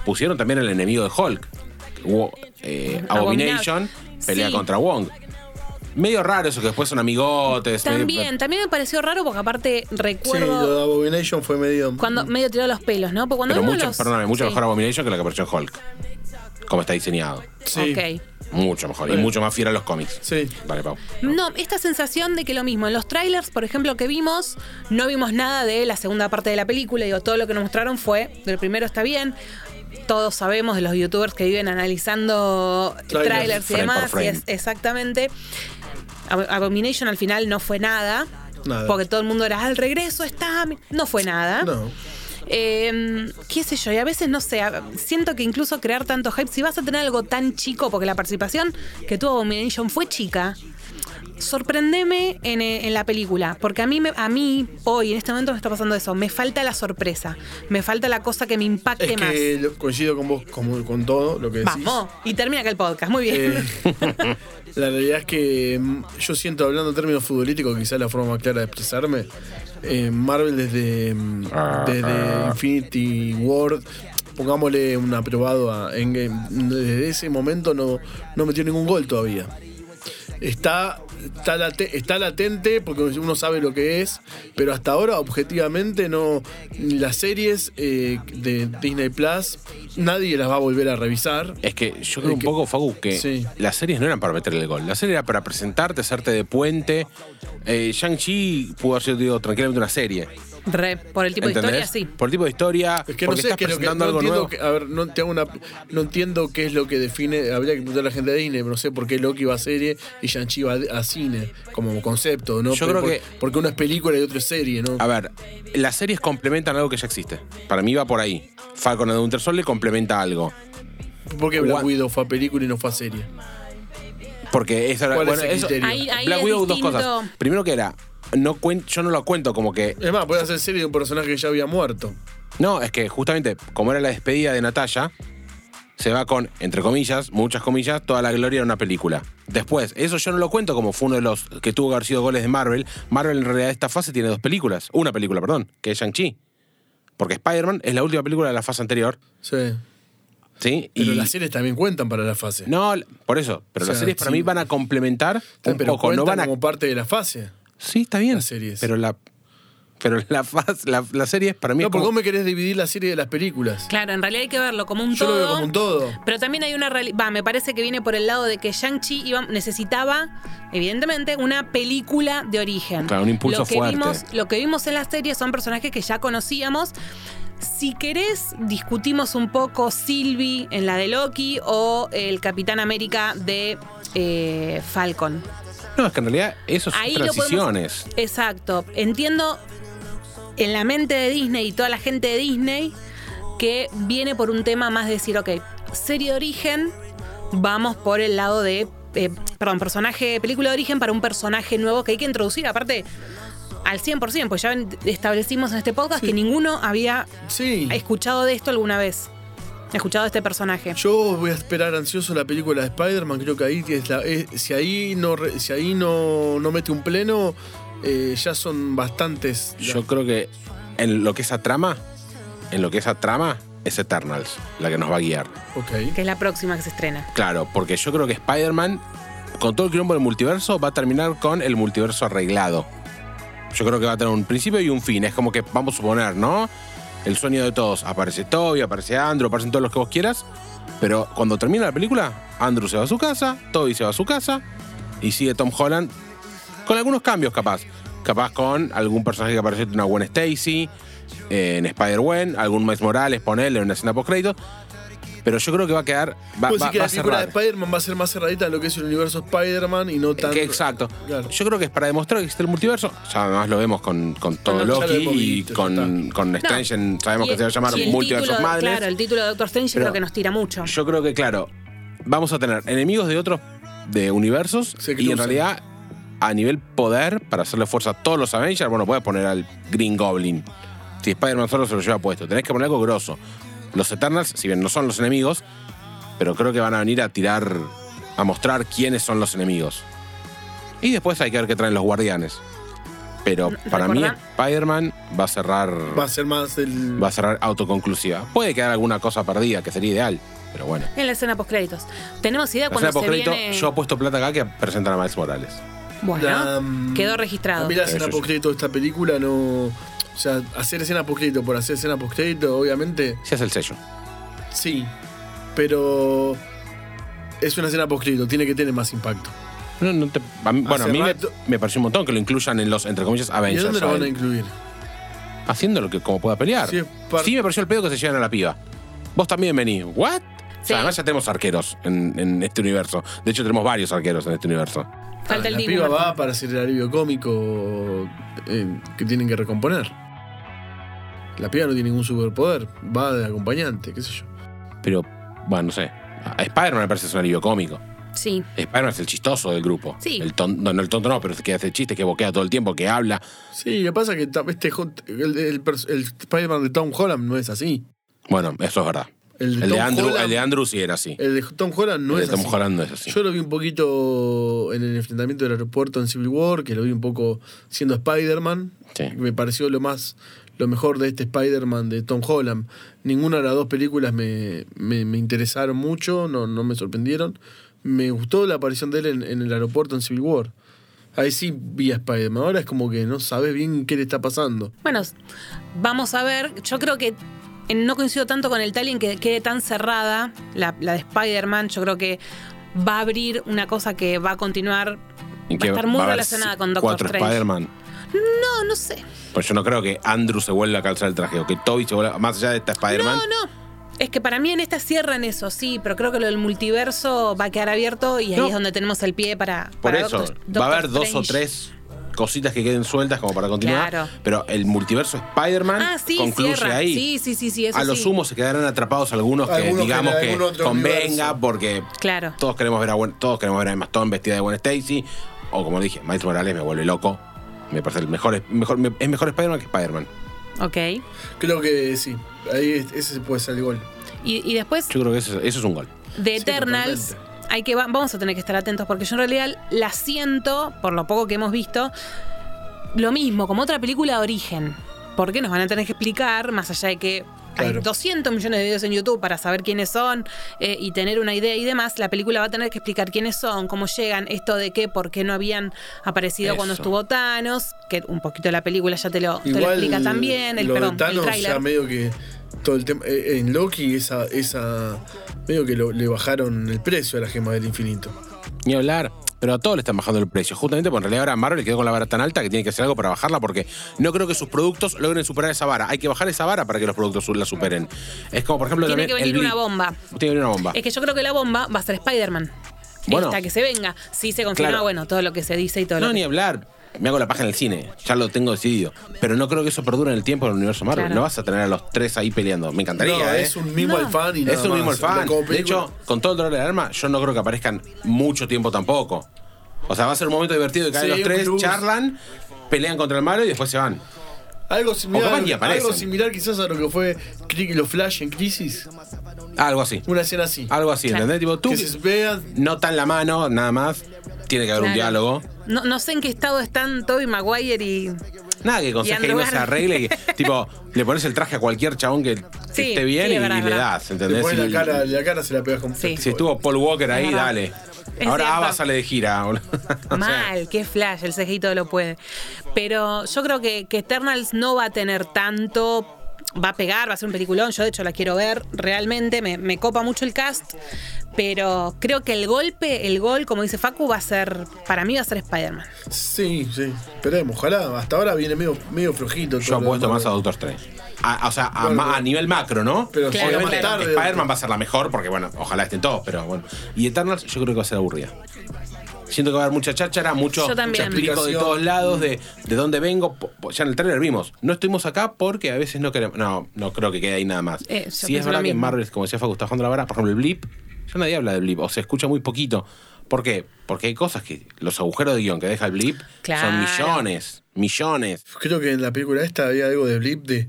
Speaker 5: Pusieron también el enemigo de Hulk. Wo- eh, Abomination
Speaker 1: Abominable.
Speaker 5: pelea
Speaker 1: Sí.
Speaker 5: contra Wong. Medio raro eso que después son amigotes. medio-
Speaker 1: También, también me pareció raro porque aparte
Speaker 6: Sí, lo
Speaker 1: recuerdo
Speaker 6: de Abomination fue medio.
Speaker 1: cuando medio tiró los pelos, ¿no? Porque cuando
Speaker 5: Pero
Speaker 1: vemos
Speaker 5: mucho,
Speaker 1: los-
Speaker 5: perdóname, mucho
Speaker 1: sí.
Speaker 5: mejor Abomination que la que apareció en Hulk. Como está diseñado.
Speaker 6: Sí.
Speaker 1: Ok.
Speaker 5: Mucho mejor. Y
Speaker 6: Bueno.
Speaker 5: mucho más fiel a los cómics.
Speaker 6: Sí.
Speaker 5: Vale, Pau.
Speaker 1: No, esta sensación de que lo mismo, en los trailers, por ejemplo, que vimos, no vimos nada de la segunda parte de la película, digo, todo lo que nos mostraron fue, del primero está bien, todos sabemos de los youtubers que viven analizando
Speaker 6: Trailers,
Speaker 1: trailers y
Speaker 5: frame por
Speaker 1: demás, y
Speaker 5: frame.
Speaker 1: es- exactamente. Ab- Abomination al final no fue nada,
Speaker 6: Nada.
Speaker 1: porque todo el mundo era, al regreso está, no fue nada.
Speaker 6: No.
Speaker 1: Eh, qué sé yo, y a veces no sé, a- siento que incluso crear tanto hype, si vas a tener algo tan chico, porque la participación que tuvo Abomination fue chica, sorprendeme en, eh, en la película, porque a mí, me- a mí hoy, en este momento me está pasando eso, me falta la sorpresa, me falta la cosa que me impacte
Speaker 6: Es
Speaker 1: más.
Speaker 6: que lo- coincido con vos, como con todo lo que decís.
Speaker 1: Vamos, y termina acá el podcast, muy bien.
Speaker 6: Eh, la realidad es que mm, yo siento, hablando en términos futbolísticos, quizás la forma más clara de expresarme, eh, Marvel desde, mm, desde Infinity War, pongámosle un aprobado a Endgame, desde ese momento no, no metió ningún gol todavía. Está, está, late- está latente porque uno sabe lo que es, pero hasta ahora objetivamente no ni las series eh, de Disney Plus nadie las va a volver a revisar.
Speaker 5: Es que yo creo
Speaker 6: Es
Speaker 5: un
Speaker 6: que-
Speaker 5: poco, Facu, que
Speaker 6: Sí.
Speaker 5: las series no eran para meterle el gol. La serie era para presentarte, hacerte de puente. Eh, Shang-Chi pudo haber sido digo, tranquilamente una serie.
Speaker 1: Re, por el tipo de
Speaker 5: ¿Entendés?
Speaker 1: historia, sí.
Speaker 5: Por tipo de historia.
Speaker 6: Es
Speaker 5: porque
Speaker 6: que no sé, es
Speaker 5: estás
Speaker 6: que lo que-
Speaker 5: presentando
Speaker 6: no
Speaker 5: algo
Speaker 6: entiendo
Speaker 5: nuevo.
Speaker 6: que- a ver, no, te hago una- no entiendo qué es lo que define, habría que preguntar a la gente de Disney, pero no sé por qué Loki va a serie y Shang-Chi va a a cine, como concepto, ¿no?
Speaker 5: Yo
Speaker 6: Pero
Speaker 5: creo
Speaker 6: por-
Speaker 5: que- Ah,
Speaker 6: Porque una es película y otra es serie, ¿no?
Speaker 5: A ver, las series complementan algo que ya existe. Para mí va por ahí. Falcon and the Winter Soldier complementa algo.
Speaker 6: ¿Por qué Black
Speaker 5: Juan-
Speaker 6: Widow fue a película y no fue a serie?
Speaker 5: Porque esa era-
Speaker 6: ¿Cuál
Speaker 5: bueno,
Speaker 6: es el
Speaker 5: eso-
Speaker 6: criterio?
Speaker 1: Ahí- ahí
Speaker 5: Black
Speaker 1: es
Speaker 5: Widow, dos
Speaker 1: distinto.
Speaker 5: cosas. Primero que era, no cuen- yo no lo cuento como que.
Speaker 6: Es más, puede hacer serie de un personaje que ya había muerto.
Speaker 5: No, es que justamente, como era la despedida de Natalia, se va con, entre comillas, muchas comillas, toda la gloria de una película. Después, eso yo no lo cuento como fue uno de los que tuvo que haber sido goles de Marvel. Marvel en realidad esta fase tiene dos películas. Una película, perdón, que es Shang-Chi. Porque Spider-Man es la última película de la fase anterior.
Speaker 6: Sí.
Speaker 5: ¿Sí?
Speaker 6: Pero
Speaker 5: y
Speaker 6: las series también cuentan para la fase.
Speaker 5: No, por eso. Pero
Speaker 6: O
Speaker 5: las
Speaker 6: sea,
Speaker 5: series para
Speaker 6: sí.
Speaker 5: mí van a complementar un
Speaker 6: pero
Speaker 5: poco. No
Speaker 6: cuentan
Speaker 5: van a.
Speaker 6: como parte de la fase.
Speaker 5: Sí, está bien.
Speaker 6: las series.
Speaker 5: Pero la. Pero la faz, la, la serie es para mí.
Speaker 6: No,
Speaker 5: es
Speaker 6: porque
Speaker 5: como-
Speaker 6: vos me querés dividir la serie de las películas.
Speaker 1: Claro, en realidad hay que verlo como un
Speaker 6: Yo
Speaker 1: todo.
Speaker 6: lo veo como un todo.
Speaker 1: Pero también hay una realidad. Va, me parece que viene por el lado de que Shang-Chi iba- necesitaba, evidentemente, una película de origen.
Speaker 5: Claro, un impulso
Speaker 1: lo que
Speaker 5: fuerte.
Speaker 1: Vimos, lo que vimos en la serie son personajes que ya conocíamos. Si querés, discutimos un poco Sylvie en la de Loki o el Capitán América de eh, Falcon.
Speaker 5: No, es que en realidad eso son
Speaker 1: Ahí lo podemos-
Speaker 5: transiciones.
Speaker 1: Exacto. Entiendo en la mente de Disney y toda la gente de Disney que viene por un tema más de decir, ok, serie de origen, vamos por el lado de. eh, perdón, personaje, película de origen para un personaje nuevo que hay que introducir. Aparte. Al 100%, pues ya en- establecimos en este podcast que ninguno había
Speaker 6: Sí.
Speaker 1: escuchado de esto alguna vez. Escuchado de este personaje.
Speaker 6: Yo voy a esperar ansioso la película de Spider-Man, creo que ahí es la- es- si ahí no re- si ahí no, no mete un pleno, eh, ya son bastantes.
Speaker 5: Yo creo que en lo que es a trama, en lo que es a trama, es Eternals, la que nos va a guiar.
Speaker 6: Ok.
Speaker 1: que es la próxima que se estrena.
Speaker 5: Claro, porque yo creo que Spider-Man, con todo el quilombo del multiverso, va a terminar con el multiverso arreglado. Yo creo que va a tener un principio y un fin. Es como que vamos a suponer, ¿no? El sueño de todos. Aparece Toby, aparece Andrew, aparecen todos los que vos quieras. Pero cuando termina la película, Andrew se va a su casa, Toby se va a su casa y sigue Tom Holland con algunos cambios, capaz. Capaz con algún personaje que apareció en una Gwen Stacy, eh, en Spider-Gwen, algún Miles Morales, ponele en una escena post-crédito. Pero yo creo que va a quedar. Va,
Speaker 6: Pues
Speaker 5: va-
Speaker 6: sí que
Speaker 5: va
Speaker 6: la
Speaker 5: a
Speaker 6: película de
Speaker 5: cerrar.
Speaker 6: Spider-Man va a ser más cerradita de lo que es el universo Spider-Man y no tan.
Speaker 5: Que Eh, exacto.
Speaker 6: Claro.
Speaker 5: Yo creo que es para demostrar que existe el multiverso. Ya además lo vemos con, con todo
Speaker 6: Ya lo
Speaker 5: Loki
Speaker 6: hemos
Speaker 5: y
Speaker 6: visto,
Speaker 5: con, con Strange. en- sabemos
Speaker 1: Y-
Speaker 5: que se va a llamar
Speaker 1: y el
Speaker 5: Multiversos
Speaker 1: título-
Speaker 5: Madness.
Speaker 1: Claro, el título de Doctor Strange
Speaker 5: Pero-
Speaker 1: creo que nos tira mucho.
Speaker 5: Yo creo que, claro, vamos a tener enemigos de otros de universos
Speaker 6: Se
Speaker 5: y en
Speaker 6: cruzan.
Speaker 5: realidad a nivel poder, para hacerle fuerza a todos los Avengers, bueno, puedes poner al Green Goblin. Si Spider-Man solo se lo lleva puesto, tenés que poner algo grosso. Los Eternals, si bien no son los enemigos, pero creo que van a venir a tirar, a mostrar quiénes son los enemigos. Y después hay que ver qué traen los guardianes. Pero para mí
Speaker 1: recordá-
Speaker 5: Spider-Man va a cerrar
Speaker 6: Va a ser más el.
Speaker 5: va a cerrar autoconclusiva. Puede quedar alguna cosa perdida, que sería ideal, pero bueno.
Speaker 1: En la escena post créditos. Tenemos idea
Speaker 5: La
Speaker 1: cuando se
Speaker 5: escena postcrédito,
Speaker 1: viene.
Speaker 5: yo apuesto plata acá que presentan a Miles Morales.
Speaker 1: Bueno,
Speaker 6: La, mm,
Speaker 1: quedó registrado.
Speaker 6: A mí la
Speaker 5: Eso
Speaker 6: escena
Speaker 5: sí.
Speaker 6: postcrédito de esta película no. O sea, hacer escena postcrédito por hacer escena postcrédito, obviamente,
Speaker 5: Ese es el sello.
Speaker 6: sí. Pero. Es una escena postcrédito, tiene que tener más impacto.
Speaker 5: No, no te- a mí- bueno, a
Speaker 6: Hace
Speaker 5: mí me,
Speaker 6: rato-
Speaker 5: me pareció un montón que lo incluyan en los, entre comillas,
Speaker 6: ¿Y a
Speaker 5: Avengers.
Speaker 6: dónde lo
Speaker 5: a
Speaker 6: van a
Speaker 5: él.
Speaker 6: incluir?
Speaker 5: Haciendo lo que como pueda pelear.
Speaker 6: Sí,
Speaker 5: Sí,
Speaker 6: es par-
Speaker 5: me pareció el pedo que se llevan a la piba. Vos también venís. ¿What? O
Speaker 1: Sí.
Speaker 5: sea, además ya tenemos arqueros en, en este universo. De hecho, tenemos varios arqueros en este universo.
Speaker 1: Falta el
Speaker 6: la
Speaker 1: Dibu
Speaker 6: piba
Speaker 1: Martín.
Speaker 6: va para hacer el alivio cómico eh, que tienen que recomponer. La piba no tiene ningún superpoder, va de acompañante, qué sé yo.
Speaker 5: Pero, bueno, no sé. A Spider-Man me parece que es un alivio cómico.
Speaker 1: Sí.
Speaker 5: Spider-Man es el chistoso del grupo.
Speaker 1: Sí.
Speaker 5: El ton- no, no el tonto no, pero es que hace chistes, que boquea todo el tiempo, que habla.
Speaker 6: Sí, lo que pasa es que ta- este, hot- el, el pers- el Spider-Man de Tom Holland no es así.
Speaker 5: Bueno, eso es verdad.
Speaker 6: El
Speaker 5: El,
Speaker 6: de
Speaker 5: de,
Speaker 6: Tom
Speaker 5: Andrew,
Speaker 6: Holland-
Speaker 5: el de Andrew sí era así.
Speaker 6: El de Tom Holland no
Speaker 5: el de
Speaker 6: es
Speaker 5: Tom
Speaker 6: así.
Speaker 5: Holland no es así.
Speaker 6: Yo lo vi un poquito en el enfrentamiento del aeropuerto en Civil War, que lo vi un poco siendo Spider-Man.
Speaker 5: Sí.
Speaker 6: Me pareció lo más lo mejor de este Spider-Man de Tom Holland. Ninguna de las dos películas me, me- me interesaron mucho, no, no me sorprendieron. Me gustó la aparición de él en, en el aeropuerto en Civil War. Ahí sí vi a Spider-Man. Ahora es como que no sabes bien qué le está pasando.
Speaker 1: Bueno, vamos a ver. Yo creo que eh, no coincido tanto con el tal en que quede tan cerrada la, la de Spider-Man. Yo creo que va a abrir una cosa que va a continuar.
Speaker 5: Y
Speaker 1: Va a estar muy
Speaker 5: haber
Speaker 1: relacionada con Doctor
Speaker 5: cuatro
Speaker 1: Strange.
Speaker 5: Spider-Man.
Speaker 1: No, no sé.
Speaker 5: Pues yo no creo que Andrew se vuelva a calzar el traje o que Toby se vuelva. Más allá de esta Spider-Man.
Speaker 1: No, no. Es que para mí en esta cierran eso, sí, pero creo que lo del multiverso va a quedar abierto y ahí
Speaker 5: No.
Speaker 1: es donde tenemos el pie para.
Speaker 5: Por
Speaker 1: para
Speaker 5: eso,
Speaker 1: Doctor-
Speaker 5: va a
Speaker 1: Doctor
Speaker 5: haber dos o
Speaker 1: Strange.
Speaker 5: tres cositas que queden sueltas como para continuar.
Speaker 1: Claro.
Speaker 5: Pero el multiverso Spider-Man
Speaker 1: Ah, sí,
Speaker 5: concluye
Speaker 1: cierra.
Speaker 5: ahí.
Speaker 1: Sí, sí, sí, sí, eso
Speaker 5: a lo
Speaker 1: sí.
Speaker 5: sumo se quedarán atrapados algunos que
Speaker 6: Algunos que
Speaker 5: digamos
Speaker 6: de
Speaker 5: que,
Speaker 6: algún otro
Speaker 5: convenga
Speaker 6: universo.
Speaker 5: porque
Speaker 1: Claro.
Speaker 5: todos queremos ver a Gwen- todos queremos ver a Emma Stone vestida de Gwen Stacy o como dije, Miles Morales me vuelve loco. Me parece el mejor mejor me- es mejor Spider-Man que Spider-Man.
Speaker 1: Ok. Y,
Speaker 6: Creo que sí. Ahí es- ese puede ser el gol.
Speaker 1: y después
Speaker 5: Yo creo que eso, eso es un gol.
Speaker 1: de
Speaker 6: Sí,
Speaker 1: Eternals. Hay que va- vamos a tener que estar atentos porque yo en realidad la siento, por lo poco que hemos visto, lo mismo, como otra película de origen. Porque nos van a tener que explicar, más allá de que hay
Speaker 6: Claro.
Speaker 1: 200 millones de videos en YouTube para saber quiénes son eh, y tener una idea y demás, la película va a tener que explicar quiénes son, cómo llegan, esto de qué, por qué no habían aparecido
Speaker 5: Eso.
Speaker 1: cuando estuvo Thanos, que un poquito la película ya te lo, te lo explica también, el,
Speaker 6: lo de
Speaker 1: perdón, el
Speaker 6: Thanos
Speaker 1: tráiler.
Speaker 6: ya medio que todo el tema eh, en Loki esa esa medio que lo- le bajaron el precio a la gema del infinito.
Speaker 5: Ni hablar. Pero a todos le están bajando el precio. Justamente porque en realidad ahora Marvel quedó con la vara tan alta que tiene que hacer algo para bajarla porque no creo que sus productos logren superar esa vara. Hay que bajar esa vara para que los productos la superen. Es como, por ejemplo,
Speaker 1: Tiene
Speaker 5: también
Speaker 1: que
Speaker 5: el
Speaker 1: venir una
Speaker 5: Blip.
Speaker 1: bomba.
Speaker 5: Tiene que venir una bomba.
Speaker 1: Es que yo creo que la bomba va a ser Spider-Man.
Speaker 5: Bueno.
Speaker 1: Esta que se venga. Si se confirma,
Speaker 5: Claro.
Speaker 1: bueno, todo lo que se dice y todo
Speaker 5: No,
Speaker 1: lo que
Speaker 5: ni hablar. Me hago la paja en el cine. Ya lo tengo decidido. Pero no creo que eso perdure en el tiempo del universo Marvel.
Speaker 1: Claro.
Speaker 5: No vas a tener a los tres ahí peleando. Me encantaría.
Speaker 6: No,
Speaker 5: ¿eh?
Speaker 6: es un mismo
Speaker 1: No.
Speaker 6: al fan y nada
Speaker 5: Es un mismo
Speaker 6: más.
Speaker 5: el fan.
Speaker 6: Como
Speaker 5: De
Speaker 6: película-
Speaker 5: hecho, con todo el dolor de la arma, yo no creo que aparezcan mucho tiempo tampoco. O sea, va a ser un momento divertido de que
Speaker 6: Sí,
Speaker 5: los
Speaker 6: un
Speaker 5: tres,
Speaker 6: plus.
Speaker 5: charlan, pelean contra el malo y después se van.
Speaker 6: algo
Speaker 5: capaz
Speaker 6: similar,
Speaker 5: ni aparecen.
Speaker 6: algo similar quizás a lo que fue Cri- los Flash en Crisis,
Speaker 5: Algo así.
Speaker 6: una escena así.
Speaker 5: Algo así,
Speaker 1: Claro.
Speaker 5: ¿entendés? Tipo, Ah, tú
Speaker 6: que se vean
Speaker 5: notan la mano, nada más. Tiene que haber un
Speaker 1: Claro.
Speaker 5: diálogo.
Speaker 1: No, no sé en qué estado están Toby Maguire y.
Speaker 5: Nada que
Speaker 1: Y
Speaker 5: conseje y no
Speaker 1: Andrew
Speaker 5: se
Speaker 1: Garfield.
Speaker 5: arregle. que, tipo, le pones el traje a cualquier chabón que, que
Speaker 1: Sí,
Speaker 5: esté bien
Speaker 1: sí,
Speaker 5: y,
Speaker 1: es verdad,
Speaker 5: y
Speaker 1: es
Speaker 5: le
Speaker 1: verdad.
Speaker 5: das, ¿entendés?
Speaker 6: Después
Speaker 5: Y-
Speaker 6: la cara, la cara se la pegas con este
Speaker 1: Sí.
Speaker 5: Si estuvo Paul Walker ahí,
Speaker 1: Es verdad.
Speaker 5: dale.
Speaker 1: Es cierto.
Speaker 5: Ahora Ava sale de gira. boludo. O sea,
Speaker 1: Mal, qué flash, el CGI todo lo puede. Pero yo creo que, que Eternals no va a tener tanto. Va a pegar, va a ser un peliculón. Yo, de hecho, la quiero ver realmente. Me, me copa mucho el cast. Pero creo que el golpe, el gol, como dice Facu, va a ser. Para mí va a ser Spider-Man.
Speaker 6: Sí, sí. Esperemos, ojalá. Hasta ahora viene medio, medio flojito.
Speaker 5: yo
Speaker 6: todo lo
Speaker 5: apuesto
Speaker 6: demás.
Speaker 5: más a Doctor Strange. A- o sea, a,
Speaker 6: Bueno,
Speaker 5: ma-
Speaker 6: pero-
Speaker 5: a nivel macro, ¿no?
Speaker 6: Pero
Speaker 1: Claro,
Speaker 6: sería
Speaker 1: claro.
Speaker 6: más tarde.
Speaker 5: Spider-Man va a ser la mejor porque, bueno, ojalá estén todos, pero bueno. Y Eternals yo creo que va a ser aburrida. Siento que va a haber mucha cháchara, mucho,
Speaker 1: Yo también.
Speaker 5: mucho explico de
Speaker 6: Explicación.
Speaker 5: todos lados, de, de dónde vengo. Po- po- Ya en el trailer vimos, no estuvimos acá porque a veces no queremos. No, no creo que quede ahí nada más.
Speaker 1: Eh, yo
Speaker 5: si es
Speaker 1: pienso lo
Speaker 5: verdad que en
Speaker 1: mismo.
Speaker 5: Marvel, como decía Facu, está jugando la vara, por ejemplo, el blip, ya nadie habla del blip, o se escucha muy poquito. ¿Por qué? Porque hay cosas que los agujeros de guión que deja el blip
Speaker 1: Claro.
Speaker 5: son millones, millones.
Speaker 6: Creo que en la película esta había algo de blip de.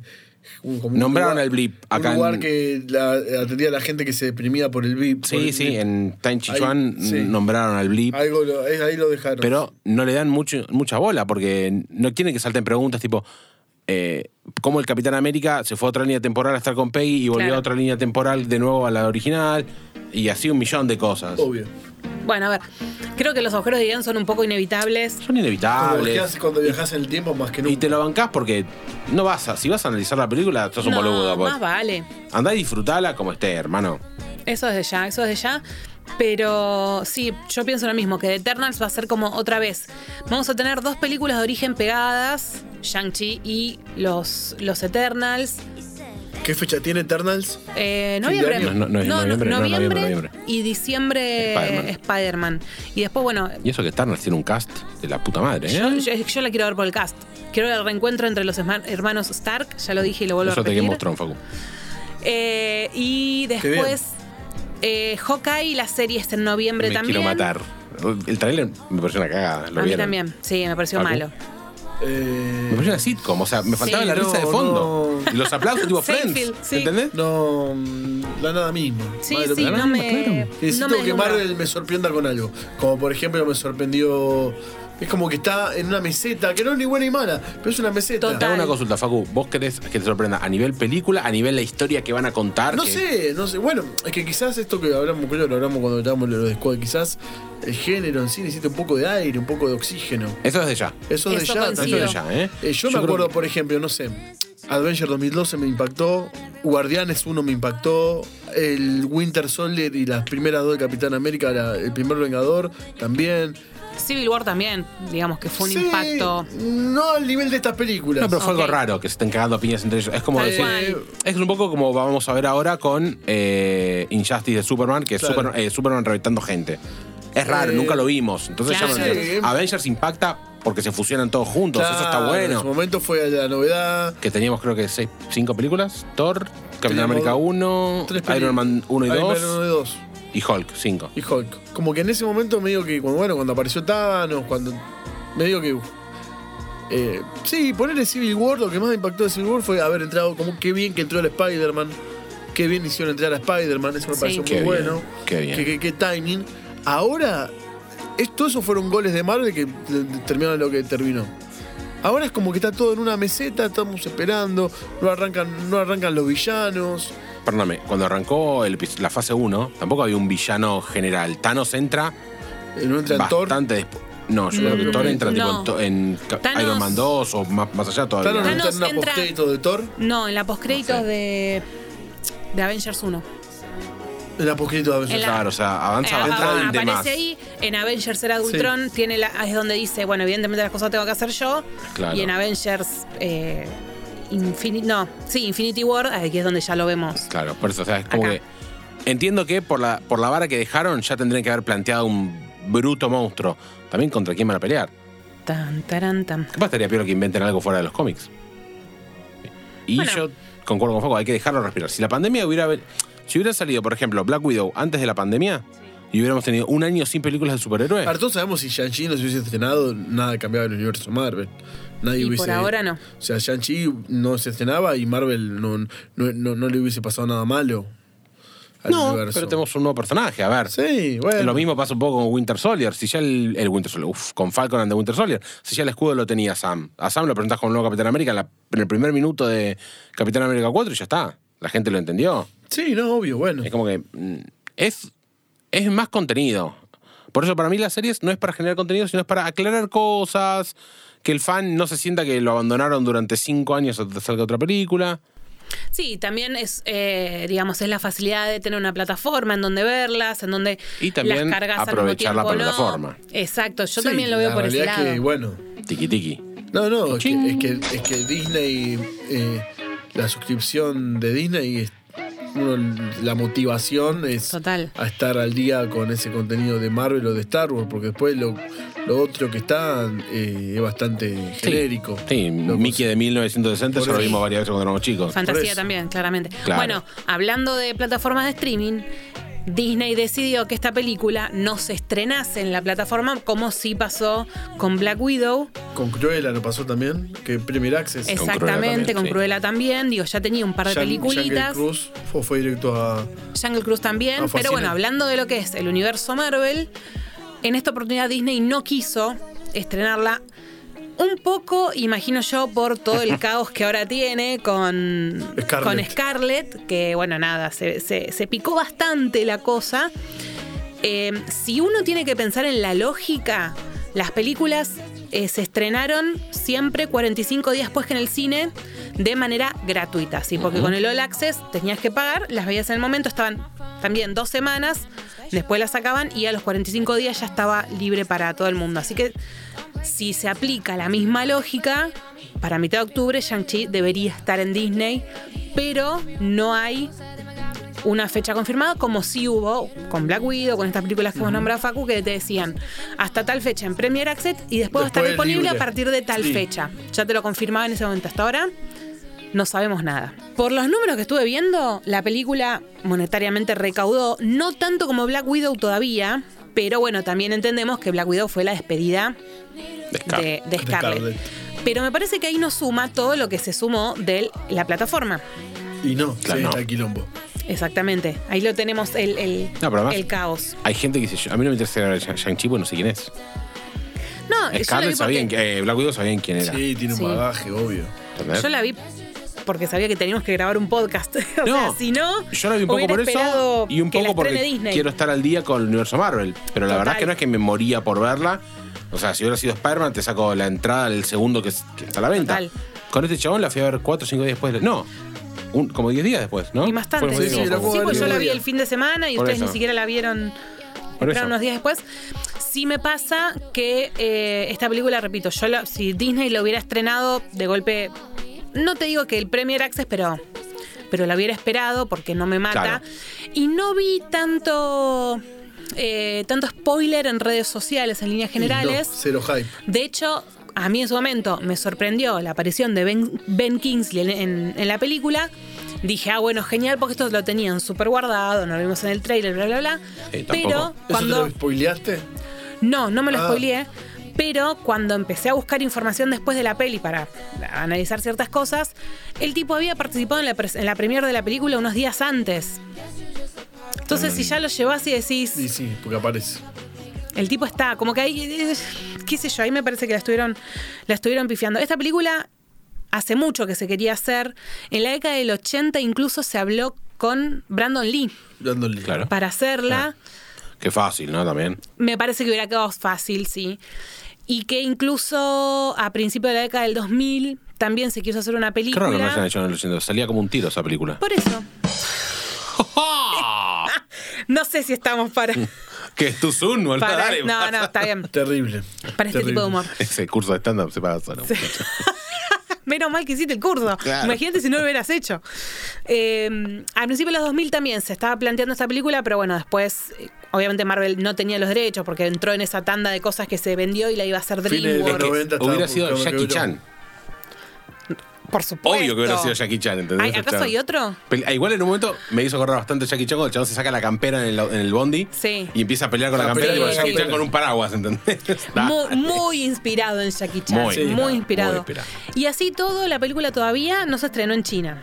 Speaker 6: un- como un
Speaker 5: Nombraron
Speaker 6: lugar-
Speaker 5: el blip acá
Speaker 6: Un
Speaker 5: en-
Speaker 6: lugar que la, atendía a la gente que se deprimía por el blip. por
Speaker 5: Sí,
Speaker 6: el
Speaker 5: sí,
Speaker 6: blip.
Speaker 5: en Time
Speaker 6: Ahí-
Speaker 5: Chichuan
Speaker 6: sí.
Speaker 5: nombraron al blip.
Speaker 6: Algo lo- eh, ahí lo dejaron.
Speaker 5: pero no le dan mucho, mucha bola porque no quieren que salten preguntas tipo eh, cómo el Capitán América se fue a otra línea temporal a estar con Peggy y volvió
Speaker 1: Claro.
Speaker 5: a otra línea temporal de nuevo a la original y así un millón de cosas.
Speaker 6: Obvio.
Speaker 1: Bueno, a ver. Creo que los agujeros de guión son un poco inevitables.
Speaker 5: Son
Speaker 6: Como viajás-
Speaker 5: inevitables.
Speaker 6: cuando viajas en el tiempo más que nunca.
Speaker 5: Y te lo bancás porque no vas a, si vas a analizar la película, sos un
Speaker 1: No,
Speaker 5: boludo. pues.
Speaker 1: más vale.
Speaker 5: Andá y disfrutala como esté, hermano.
Speaker 1: Eso desde ya, eso desde ya. Pero sí, yo pienso lo mismo, que The Eternals va a ser como otra vez. Vamos a tener dos películas de origen pegadas, Shang-Chi y los, los Eternals.
Speaker 6: ¿Qué fecha tiene Eternals?
Speaker 1: Eh,
Speaker 6: Fin de
Speaker 1: noviembre.
Speaker 6: año.
Speaker 5: No, no, noviembre, no,
Speaker 1: noviembre
Speaker 5: noviembre, noviembre.
Speaker 1: y diciembre
Speaker 5: Spider-Man.
Speaker 1: Spider-Man. y después, bueno,
Speaker 5: Y eso que Turner tiene un cast de la puta madre, ¿eh?
Speaker 1: yo, yo- yo la quiero ver por el cast. Quiero ver el reencuentro entre los esma- hermanos Stark, ya lo dije y lo vuelvo
Speaker 5: Eso
Speaker 1: a
Speaker 5: te
Speaker 1: repetir.
Speaker 5: quemo tronfacu.
Speaker 1: Eh, y
Speaker 6: bien.
Speaker 1: después, eh, Hawkeye, la serie está en noviembre
Speaker 5: Me
Speaker 1: también.
Speaker 5: quiero matar. El trailer me pareció una cagada. ¿lo
Speaker 1: A mí
Speaker 5: vieron?
Speaker 1: también, sí, me pareció
Speaker 5: ¿Facu?
Speaker 1: malo.
Speaker 6: Eh,
Speaker 5: Me pareció una sitcom, o sea, me faltaba
Speaker 6: Sí,
Speaker 5: la risa de
Speaker 6: no,
Speaker 5: fondo.
Speaker 6: no.
Speaker 5: Y los aplausos tipo Friends.
Speaker 1: Seinfeld, sí.
Speaker 5: ¿Entendés?
Speaker 6: no. mm, La nada misma.
Speaker 1: Sí,
Speaker 6: Madre
Speaker 1: sí,
Speaker 6: mía.
Speaker 1: no me.
Speaker 6: Necesito
Speaker 1: no me
Speaker 6: que
Speaker 1: deslumbró.
Speaker 6: Marvel me sorprenda con algo. Como por ejemplo me sorprendió. Es como que está en una meseta, que no es ni buena ni mala, pero es una meseta.
Speaker 5: Te
Speaker 1: Total.
Speaker 5: hago una consulta, Facu. ¿Vos querés que te sorprenda a nivel película, a nivel la historia que van a contar?
Speaker 6: No
Speaker 5: que-
Speaker 6: sé, no sé. Bueno, es que quizás esto que hablamos, creo que lo hablamos cuando hablamos de los de Squad, quizás el género en sí necesita un poco de aire, un poco de oxígeno.
Speaker 5: Eso es de ya.
Speaker 6: Eso es de
Speaker 1: Eso
Speaker 6: ya.
Speaker 1: coincido.
Speaker 6: también.
Speaker 5: Eso es de ya, ¿eh?
Speaker 6: Eh, yo,
Speaker 5: Yo
Speaker 6: me
Speaker 5: creo
Speaker 6: acuerdo,
Speaker 5: que-
Speaker 6: por ejemplo, no sé, Adventure 2012 me impactó, Guardianes 1 me impactó, el Winter Soldier y las primeras dos de Capitán América, la- el primer Vengador también.
Speaker 1: Civil War también, digamos que fue un
Speaker 6: Sí,
Speaker 1: impacto.
Speaker 6: No al nivel de estas películas.
Speaker 5: No, pero fue
Speaker 1: Ok.
Speaker 5: algo raro que se estén cagando a piñas entre ellos. Es como
Speaker 1: Tal
Speaker 5: decir.
Speaker 1: cual.
Speaker 5: Es un poco como vamos a ver ahora con eh, Injustice de Superman, que es
Speaker 6: Claro.
Speaker 5: Superman, eh, Superman reventando gente. Es raro,
Speaker 6: Eh,
Speaker 5: nunca lo vimos. Entonces
Speaker 1: claro.
Speaker 5: ya no-
Speaker 6: Sí.
Speaker 5: Avengers impacta porque se fusionan todos juntos.
Speaker 6: Claro,
Speaker 5: Eso está
Speaker 6: En su
Speaker 5: bueno.
Speaker 6: momento fue la novedad.
Speaker 5: Que teníamos creo que seis, cinco películas. Thor, Capitán
Speaker 6: Teníamos
Speaker 5: América 1,
Speaker 6: Tres peli-
Speaker 5: Iron Man 1 y
Speaker 6: Iron
Speaker 5: 2
Speaker 6: Man 1 y 2.
Speaker 5: y Hulk 5.
Speaker 6: Y Hulk. Como que en ese momento medio que, cuando- bueno, cuando apareció Thanos, cuando. medio que. eh, sí, ponerle Civil War, lo que más me impactó de Civil War fue haber entrado, como qué bien que entró el Spider-Man, qué bien hicieron entrar a Spider-Man, eso me
Speaker 1: Sí.
Speaker 6: pareció
Speaker 5: Qué
Speaker 6: muy
Speaker 5: bien,
Speaker 6: bueno.
Speaker 5: qué bien.
Speaker 6: Qué, qué- qué timing. Ahora, es- todo eso fueron goles de Marvel que eh, terminaron lo que terminó. Ahora es como que está todo en una meseta, estamos esperando, no arrancan, no arrancan los villanos.
Speaker 5: Perdóname, cuando arrancó el epi- la fase 1, tampoco había un villano general. Thanos entra
Speaker 6: eh, No entran Thor.
Speaker 5: bastante después. No, yo creo que
Speaker 6: Mm,
Speaker 5: Thor entra tipo,
Speaker 1: no.
Speaker 5: en to- en, Ca-
Speaker 1: Thanos-
Speaker 5: Iron Man 2 o más, más allá todavía.
Speaker 6: Thanos no entra
Speaker 1: Thanos
Speaker 6: en una
Speaker 1: entra-
Speaker 6: post-crédito de Thor.
Speaker 1: No, en la postcréditos
Speaker 5: No sé.
Speaker 1: de. de Avengers 1.
Speaker 6: El apocalipsis de
Speaker 1: En
Speaker 6: Avengers.
Speaker 1: la-
Speaker 5: Claro, o sea, avanza
Speaker 1: Eh, a-
Speaker 5: bastante
Speaker 1: aparece
Speaker 5: más.
Speaker 1: ahí, en Avengers era de Ultron, tiene la, es donde dice, bueno, evidentemente las cosas tengo que hacer yo.
Speaker 5: Claro.
Speaker 1: Y en Avengers. Eh, Infini- no, sí, Infinity War, aquí es donde ya lo vemos.
Speaker 5: Claro, por eso, o sea, es como
Speaker 1: Acá.
Speaker 5: que. Entiendo que por la, por la vara que dejaron ya tendrían que haber planteado un bruto monstruo. También contra quién van a pelear.
Speaker 1: Tan, taran, tan.
Speaker 5: Capaz estaría peor que inventen algo fuera de los cómics. Y
Speaker 1: Bueno.
Speaker 5: yo concuerdo con Foco, hay que dejarlo respirar. Si la pandemia hubiera. Si hubiera salido, por ejemplo, Black Widow antes de la pandemia y hubiéramos tenido un año sin películas de superhéroes.
Speaker 6: Ahora todos sabemos si Shang-Chi no se hubiese estrenado, nada cambiaba el universo Marvel. Nadie
Speaker 1: Y
Speaker 6: hubiese.
Speaker 1: por ahora no.
Speaker 6: O sea, Shang-Chi no se estrenaba y Marvel no, no, no- no le hubiese pasado nada malo. al
Speaker 5: no,
Speaker 6: universo.
Speaker 5: pero tenemos un nuevo personaje, a ver.
Speaker 6: Sí, bueno.
Speaker 5: Lo mismo pasa un poco con Winter Soldier. Si ya el, el Winter Soldier, uf, con Falcon and the Winter Soldier, si ya el escudo lo tenía Sam. A Sam lo presentás con un nuevo Capitán América en, la- en el primer minuto de Capitán América 4 y ya está. La gente lo entendió.
Speaker 6: Sí, no, obvio, bueno.
Speaker 5: Es como que mm, es, es más contenido. Por eso para mí las series no es para generar contenido, sino es para aclarar cosas, que el fan no se sienta que lo abandonaron durante cinco años hasta que salga otra película.
Speaker 1: Sí, también es, eh, digamos, es la facilidad de tener una plataforma en donde verlas, en donde
Speaker 5: Y también
Speaker 1: las cargas
Speaker 5: aprovechar la
Speaker 1: al mismo tiempo, ¿no?
Speaker 5: plataforma.
Speaker 1: Exacto, yo
Speaker 6: Sí,
Speaker 1: también lo veo
Speaker 6: la
Speaker 1: por ese
Speaker 6: realidad
Speaker 1: lado.
Speaker 6: que, bueno,
Speaker 5: Tiki tiki.
Speaker 6: No, no, es que, es que, es que Disney, eh, la suscripción de Disney, es- uno, la motivación es
Speaker 1: Total.
Speaker 6: a estar al día con ese contenido de Marvel o de Star Wars, porque después lo, lo otro que está eh, es bastante genérico.
Speaker 5: Sí,
Speaker 6: Lo
Speaker 5: Mickey de 1960
Speaker 6: Por
Speaker 5: ya lo
Speaker 6: eso.
Speaker 5: vimos varias veces cuando éramos chicos.
Speaker 6: Por
Speaker 1: Fantasía
Speaker 6: eso.
Speaker 1: también, claramente.
Speaker 5: Claro.
Speaker 1: Bueno, hablando de plataformas de streaming, Disney decidió que esta película no se estrenase en la plataforma, como sí pasó con Black Widow.
Speaker 6: Con Cruella lo pasó también, que Premier Access.
Speaker 5: Exacto,
Speaker 1: Exactamente,
Speaker 5: también,
Speaker 1: con
Speaker 5: sí.
Speaker 1: Cruella también. Digo, ya tenía un par de
Speaker 6: Shang- Jungle
Speaker 1: peliculitas.
Speaker 6: Cruise fue, fue directo a.
Speaker 1: Jungle Cruise también.
Speaker 6: Ah, fascina.
Speaker 1: pero bueno, hablando de lo que es el universo Marvel, en esta oportunidad Disney no quiso estrenarla. Un poco, imagino yo, por todo el caos que ahora tiene con
Speaker 6: Scarlett.
Speaker 1: con Scarlett, que bueno, nada, se, se- se picó bastante la cosa. Eh, si uno tiene que pensar en la lógica, las películas eh, se estrenaron siempre 45 días después que en el cine de manera gratuita, ¿sí? porque con el All Access tenías que pagar, las veías en el momento, estaban también dos semanas, después las sacaban y a los 45 días ya estaba libre para todo el mundo. Así que si se aplica la misma lógica, para mitad de octubre Shang-Chi debería estar en Disney, pero no hay una fecha confirmada, como sí hubo con Black Widow, con estas películas que vos nombrás, Facu, que te decían hasta tal fecha en Premier Access y después, va a estar
Speaker 6: Después
Speaker 1: disponible
Speaker 6: libre.
Speaker 1: a partir de tal
Speaker 6: Sí.
Speaker 1: fecha. Ya te lo confirmaba en ese momento. Hasta ahora no sabemos nada. Por los números que estuve viendo, la película monetariamente recaudó, no tanto como Black Widow todavía, pero bueno, también entendemos que Black Widow fue la despedida
Speaker 5: Descarga.
Speaker 1: de, de Scarlett.
Speaker 6: Scarlett.
Speaker 1: Pero me parece que ahí no suma todo lo que se sumó de la plataforma.
Speaker 6: Y no,
Speaker 5: Claro,
Speaker 6: sí,
Speaker 5: no.
Speaker 6: está el quilombo.
Speaker 1: Exactamente. Ahí lo tenemos el, el,
Speaker 5: No, pero además-
Speaker 1: el caos.
Speaker 5: Hay gente que dice, "Yo- a mí no me interesa Shang- Shang-Chi, pues no sé quién es.
Speaker 1: No, yo la, Ah, vi
Speaker 5: Scarlett sabían,
Speaker 1: porque,
Speaker 5: que- eh, Black Widow sabían quién era.
Speaker 6: Sí, tiene un
Speaker 1: Sí.
Speaker 6: bagaje, obvio.
Speaker 5: ¿entendés?
Speaker 1: yo la vi porque sabía que teníamos que grabar un podcast. o sea, si no,
Speaker 5: yo la vi un poco
Speaker 1: hubiera
Speaker 5: por eso
Speaker 1: esperado
Speaker 5: y un
Speaker 1: que la
Speaker 5: poco porque
Speaker 1: estrene Disney.
Speaker 5: quiero estar al día con el universo Marvel. Pero la
Speaker 1: Total.
Speaker 5: verdad es que no es que me moría por verla. O sea, si hubiera sido Spider-Man, te saco la entrada del segundo que, que está a la venta.
Speaker 1: Total.
Speaker 5: Con este chabón la fui a ver 4 o 5 días después. de- no, un- como 10 días después, ¿no?
Speaker 1: Y bastante.
Speaker 5: Fue- fue-
Speaker 1: sí,
Speaker 6: sí,
Speaker 5: fue-
Speaker 6: la
Speaker 5: fue-
Speaker 6: puedo
Speaker 1: pues yo la vi
Speaker 6: Gloria.
Speaker 1: el fin de semana y
Speaker 5: Por
Speaker 1: ustedes
Speaker 5: eso.
Speaker 1: ni siquiera la vieron.
Speaker 5: Por
Speaker 1: esperaron
Speaker 5: eso.
Speaker 1: unos días después. Sí me pasa que eh, esta película, repito, yo la- si Disney la hubiera estrenado de golpe, no te digo que el Premier Access, pero pero la hubiera esperado porque no me mata.
Speaker 5: Claro.
Speaker 1: Y no vi tanto eh, tanto spoiler en redes sociales, en líneas generales.
Speaker 6: Y no, cero hype.
Speaker 1: De hecho, a mí en su momento me sorprendió la aparición de Ben, Ben Kingsley en, en- en la película. Dije, ah, bueno, genial, porque esto lo tenían súper guardado, no lo vimos en el trailer, bla, bla, bla.
Speaker 5: Sí,
Speaker 1: pero
Speaker 5: tampoco. ¿Eso
Speaker 6: Eh, ¿Eso te
Speaker 1: cuando.
Speaker 6: lo spoileaste?
Speaker 1: No, no me lo
Speaker 6: Ah.
Speaker 1: spoileé. Pero cuando empecé a buscar información después de la peli para analizar ciertas cosas, el tipo había participado en la, pres- en la premiere de la película unos días antes. Entonces, si ya lo llevas y decís.
Speaker 6: Mm. Y sí, porque aparece.
Speaker 1: El tipo está, como que ahí, eh, qué sé yo, ahí me parece que la estuvieron, la estuvieron pifiando. Esta película hace mucho que se quería hacer. En la década del 80 incluso se habló con Brandon Lee
Speaker 6: Dándole.
Speaker 5: Claro.
Speaker 1: para hacerla.
Speaker 5: Qué fácil, ¿no? También.
Speaker 1: Me parece que hubiera quedado fácil, sí. Y que incluso a principios de la década del 2000 también se quiso hacer una
Speaker 5: Qué raro
Speaker 1: película.
Speaker 5: que no hayan hecho en el 80. Salía como un tiro esa película.
Speaker 1: Por eso, no sé si estamos para...
Speaker 5: que es tu Zoom, boludo.
Speaker 1: para-
Speaker 5: Dale,
Speaker 1: no, no, está bien.
Speaker 6: Terrible.
Speaker 1: Para este
Speaker 6: Terrible.
Speaker 1: tipo de humor.
Speaker 5: Ese curso de stand-up se pasa. ¿no?
Speaker 1: Menos mal que hiciste el curso.
Speaker 5: Claro.
Speaker 1: Imagínate si no lo hubieras hecho. Eh, al principio de los 2000 también se estaba planteando esta película, pero bueno, después, eh, obviamente Marvel no tenía los derechos porque entró en esa tanda de cosas que se vendió y la iba a hacer
Speaker 6: Fines de los
Speaker 1: DreamWorks.
Speaker 6: 90 estaba
Speaker 5: Hubiera sido
Speaker 6: buscando
Speaker 5: Jackie
Speaker 6: que
Speaker 5: Chan.
Speaker 1: Por supuesto.
Speaker 5: Obvio que hubiera sido Jackie Chan, ¿entendés?
Speaker 1: Ay, ¿acaso
Speaker 5: Chan.
Speaker 1: hay otro?
Speaker 5: Pele- ah, Igual en un momento me hizo correr bastante Jackie Chan cuando el chabón se saca la campera en el, en el bondi
Speaker 1: Sí.
Speaker 5: y empieza a pelear con la,
Speaker 6: La
Speaker 5: campera
Speaker 1: pelea
Speaker 5: y con
Speaker 1: de
Speaker 5: Jackie
Speaker 1: campera.
Speaker 5: Chan con un paraguas, ¿entendés?
Speaker 1: Muy, muy inspirado en Jackie Chan.
Speaker 5: Muy
Speaker 1: Muy,
Speaker 5: inspirado,
Speaker 1: inspirado.
Speaker 5: muy inspirado.
Speaker 1: Y así todo, la película todavía no se estrenó en China.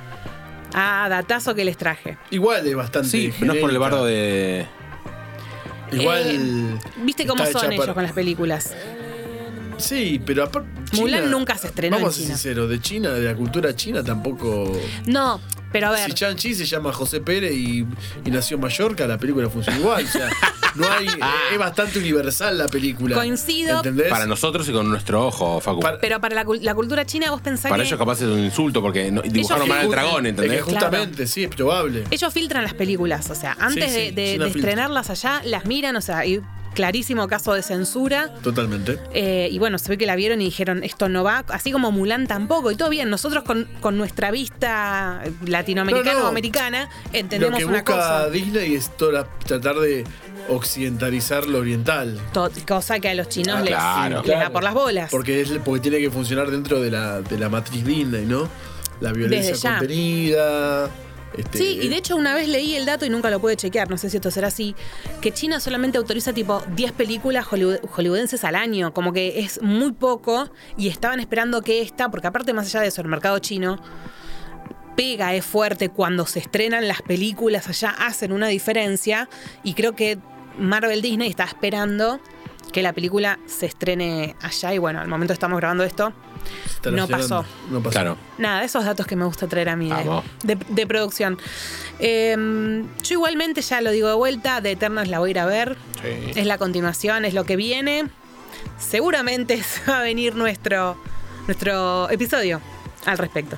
Speaker 1: Ah, datazo que les traje.
Speaker 6: Igual es bastante.
Speaker 5: Sí, pero no es por el
Speaker 6: genérica.
Speaker 5: bardo de.
Speaker 6: Igual.
Speaker 1: Eh, ¿Viste cómo
Speaker 6: está
Speaker 1: son
Speaker 6: hecha
Speaker 1: ellos
Speaker 6: para-
Speaker 1: con las películas?
Speaker 6: Sí, pero aparte.
Speaker 1: Mulan
Speaker 6: China-
Speaker 1: nunca se estrenó
Speaker 6: Vamos a
Speaker 1: en
Speaker 6: ser
Speaker 1: China.
Speaker 6: sinceros, de China, de la cultura china tampoco.
Speaker 1: No, pero a ver.
Speaker 6: Si Chan Chi se llama José Pérez y, y nació en Mallorca, la película funciona igual. O sea, no hay. Es bastante universal la película.
Speaker 1: Coincido.
Speaker 6: ¿Entendés?
Speaker 5: Ah. Para nosotros y con nuestro ojo, Facu.
Speaker 6: Para-
Speaker 5: Para,
Speaker 1: Pero para la, cul- la cultura china vos pensás que
Speaker 5: ellos capaz es un insulto porque no- dibujaron
Speaker 1: Ellos-
Speaker 5: mal al dragón,
Speaker 6: Es
Speaker 5: ¿entendés?
Speaker 6: que justamente, sí, es probable.
Speaker 1: ellos filtran las películas, o sea, antes
Speaker 6: Sí, sí,
Speaker 1: de- de,
Speaker 6: China
Speaker 1: de
Speaker 6: filtra.
Speaker 1: estrenarlas allá, las miran, o sea, y clarísimo caso de censura.
Speaker 6: Totalmente.
Speaker 1: Eh, y bueno, se ve que la vieron y dijeron, esto no va, así como Mulan tampoco, y todo bien, nosotros con, con nuestra vista eh, latinoamericana
Speaker 6: No, no.
Speaker 1: o americana
Speaker 6: Lo
Speaker 1: entendemos
Speaker 6: que
Speaker 1: una
Speaker 6: busca
Speaker 1: cosa.
Speaker 6: Disney es toda la- tratar de occidentalizar lo oriental.
Speaker 1: To- cosa que a los chinos
Speaker 5: Ah,
Speaker 1: les,
Speaker 5: claro.
Speaker 1: les da
Speaker 6: Claro.
Speaker 1: por las bolas.
Speaker 6: Porque, es, porque tiene que funcionar dentro de la, de la matriz Disney, ¿no? La violencia
Speaker 1: Desde ya.
Speaker 6: contenida. este,
Speaker 1: Sí, y de hecho una vez leí el dato y nunca lo pude chequear, no sé si esto será así, que China solamente autoriza tipo 10 películas hollywood- hollywoodenses al año, como que es muy poco y estaban esperando que esta, porque aparte más allá de eso, el mercado chino pega, es fuerte, cuando se estrenan las películas allá hacen una diferencia y creo que Marvel Disney está esperando que la película se estrene allá y bueno, al momento estamos grabando esto.
Speaker 6: está
Speaker 1: no
Speaker 6: llegando.
Speaker 1: pasó.
Speaker 6: No pasó.
Speaker 5: Claro.
Speaker 1: Nada, esos datos que me gusta traer a mí de-
Speaker 5: Vamos.
Speaker 1: de, de producción. Eh, yo igualmente ya lo digo de vuelta, de Eternas la voy a ir a ver. Es la continuación, es lo que viene. Seguramente se va a venir nuestro, nuestro episodio al respecto.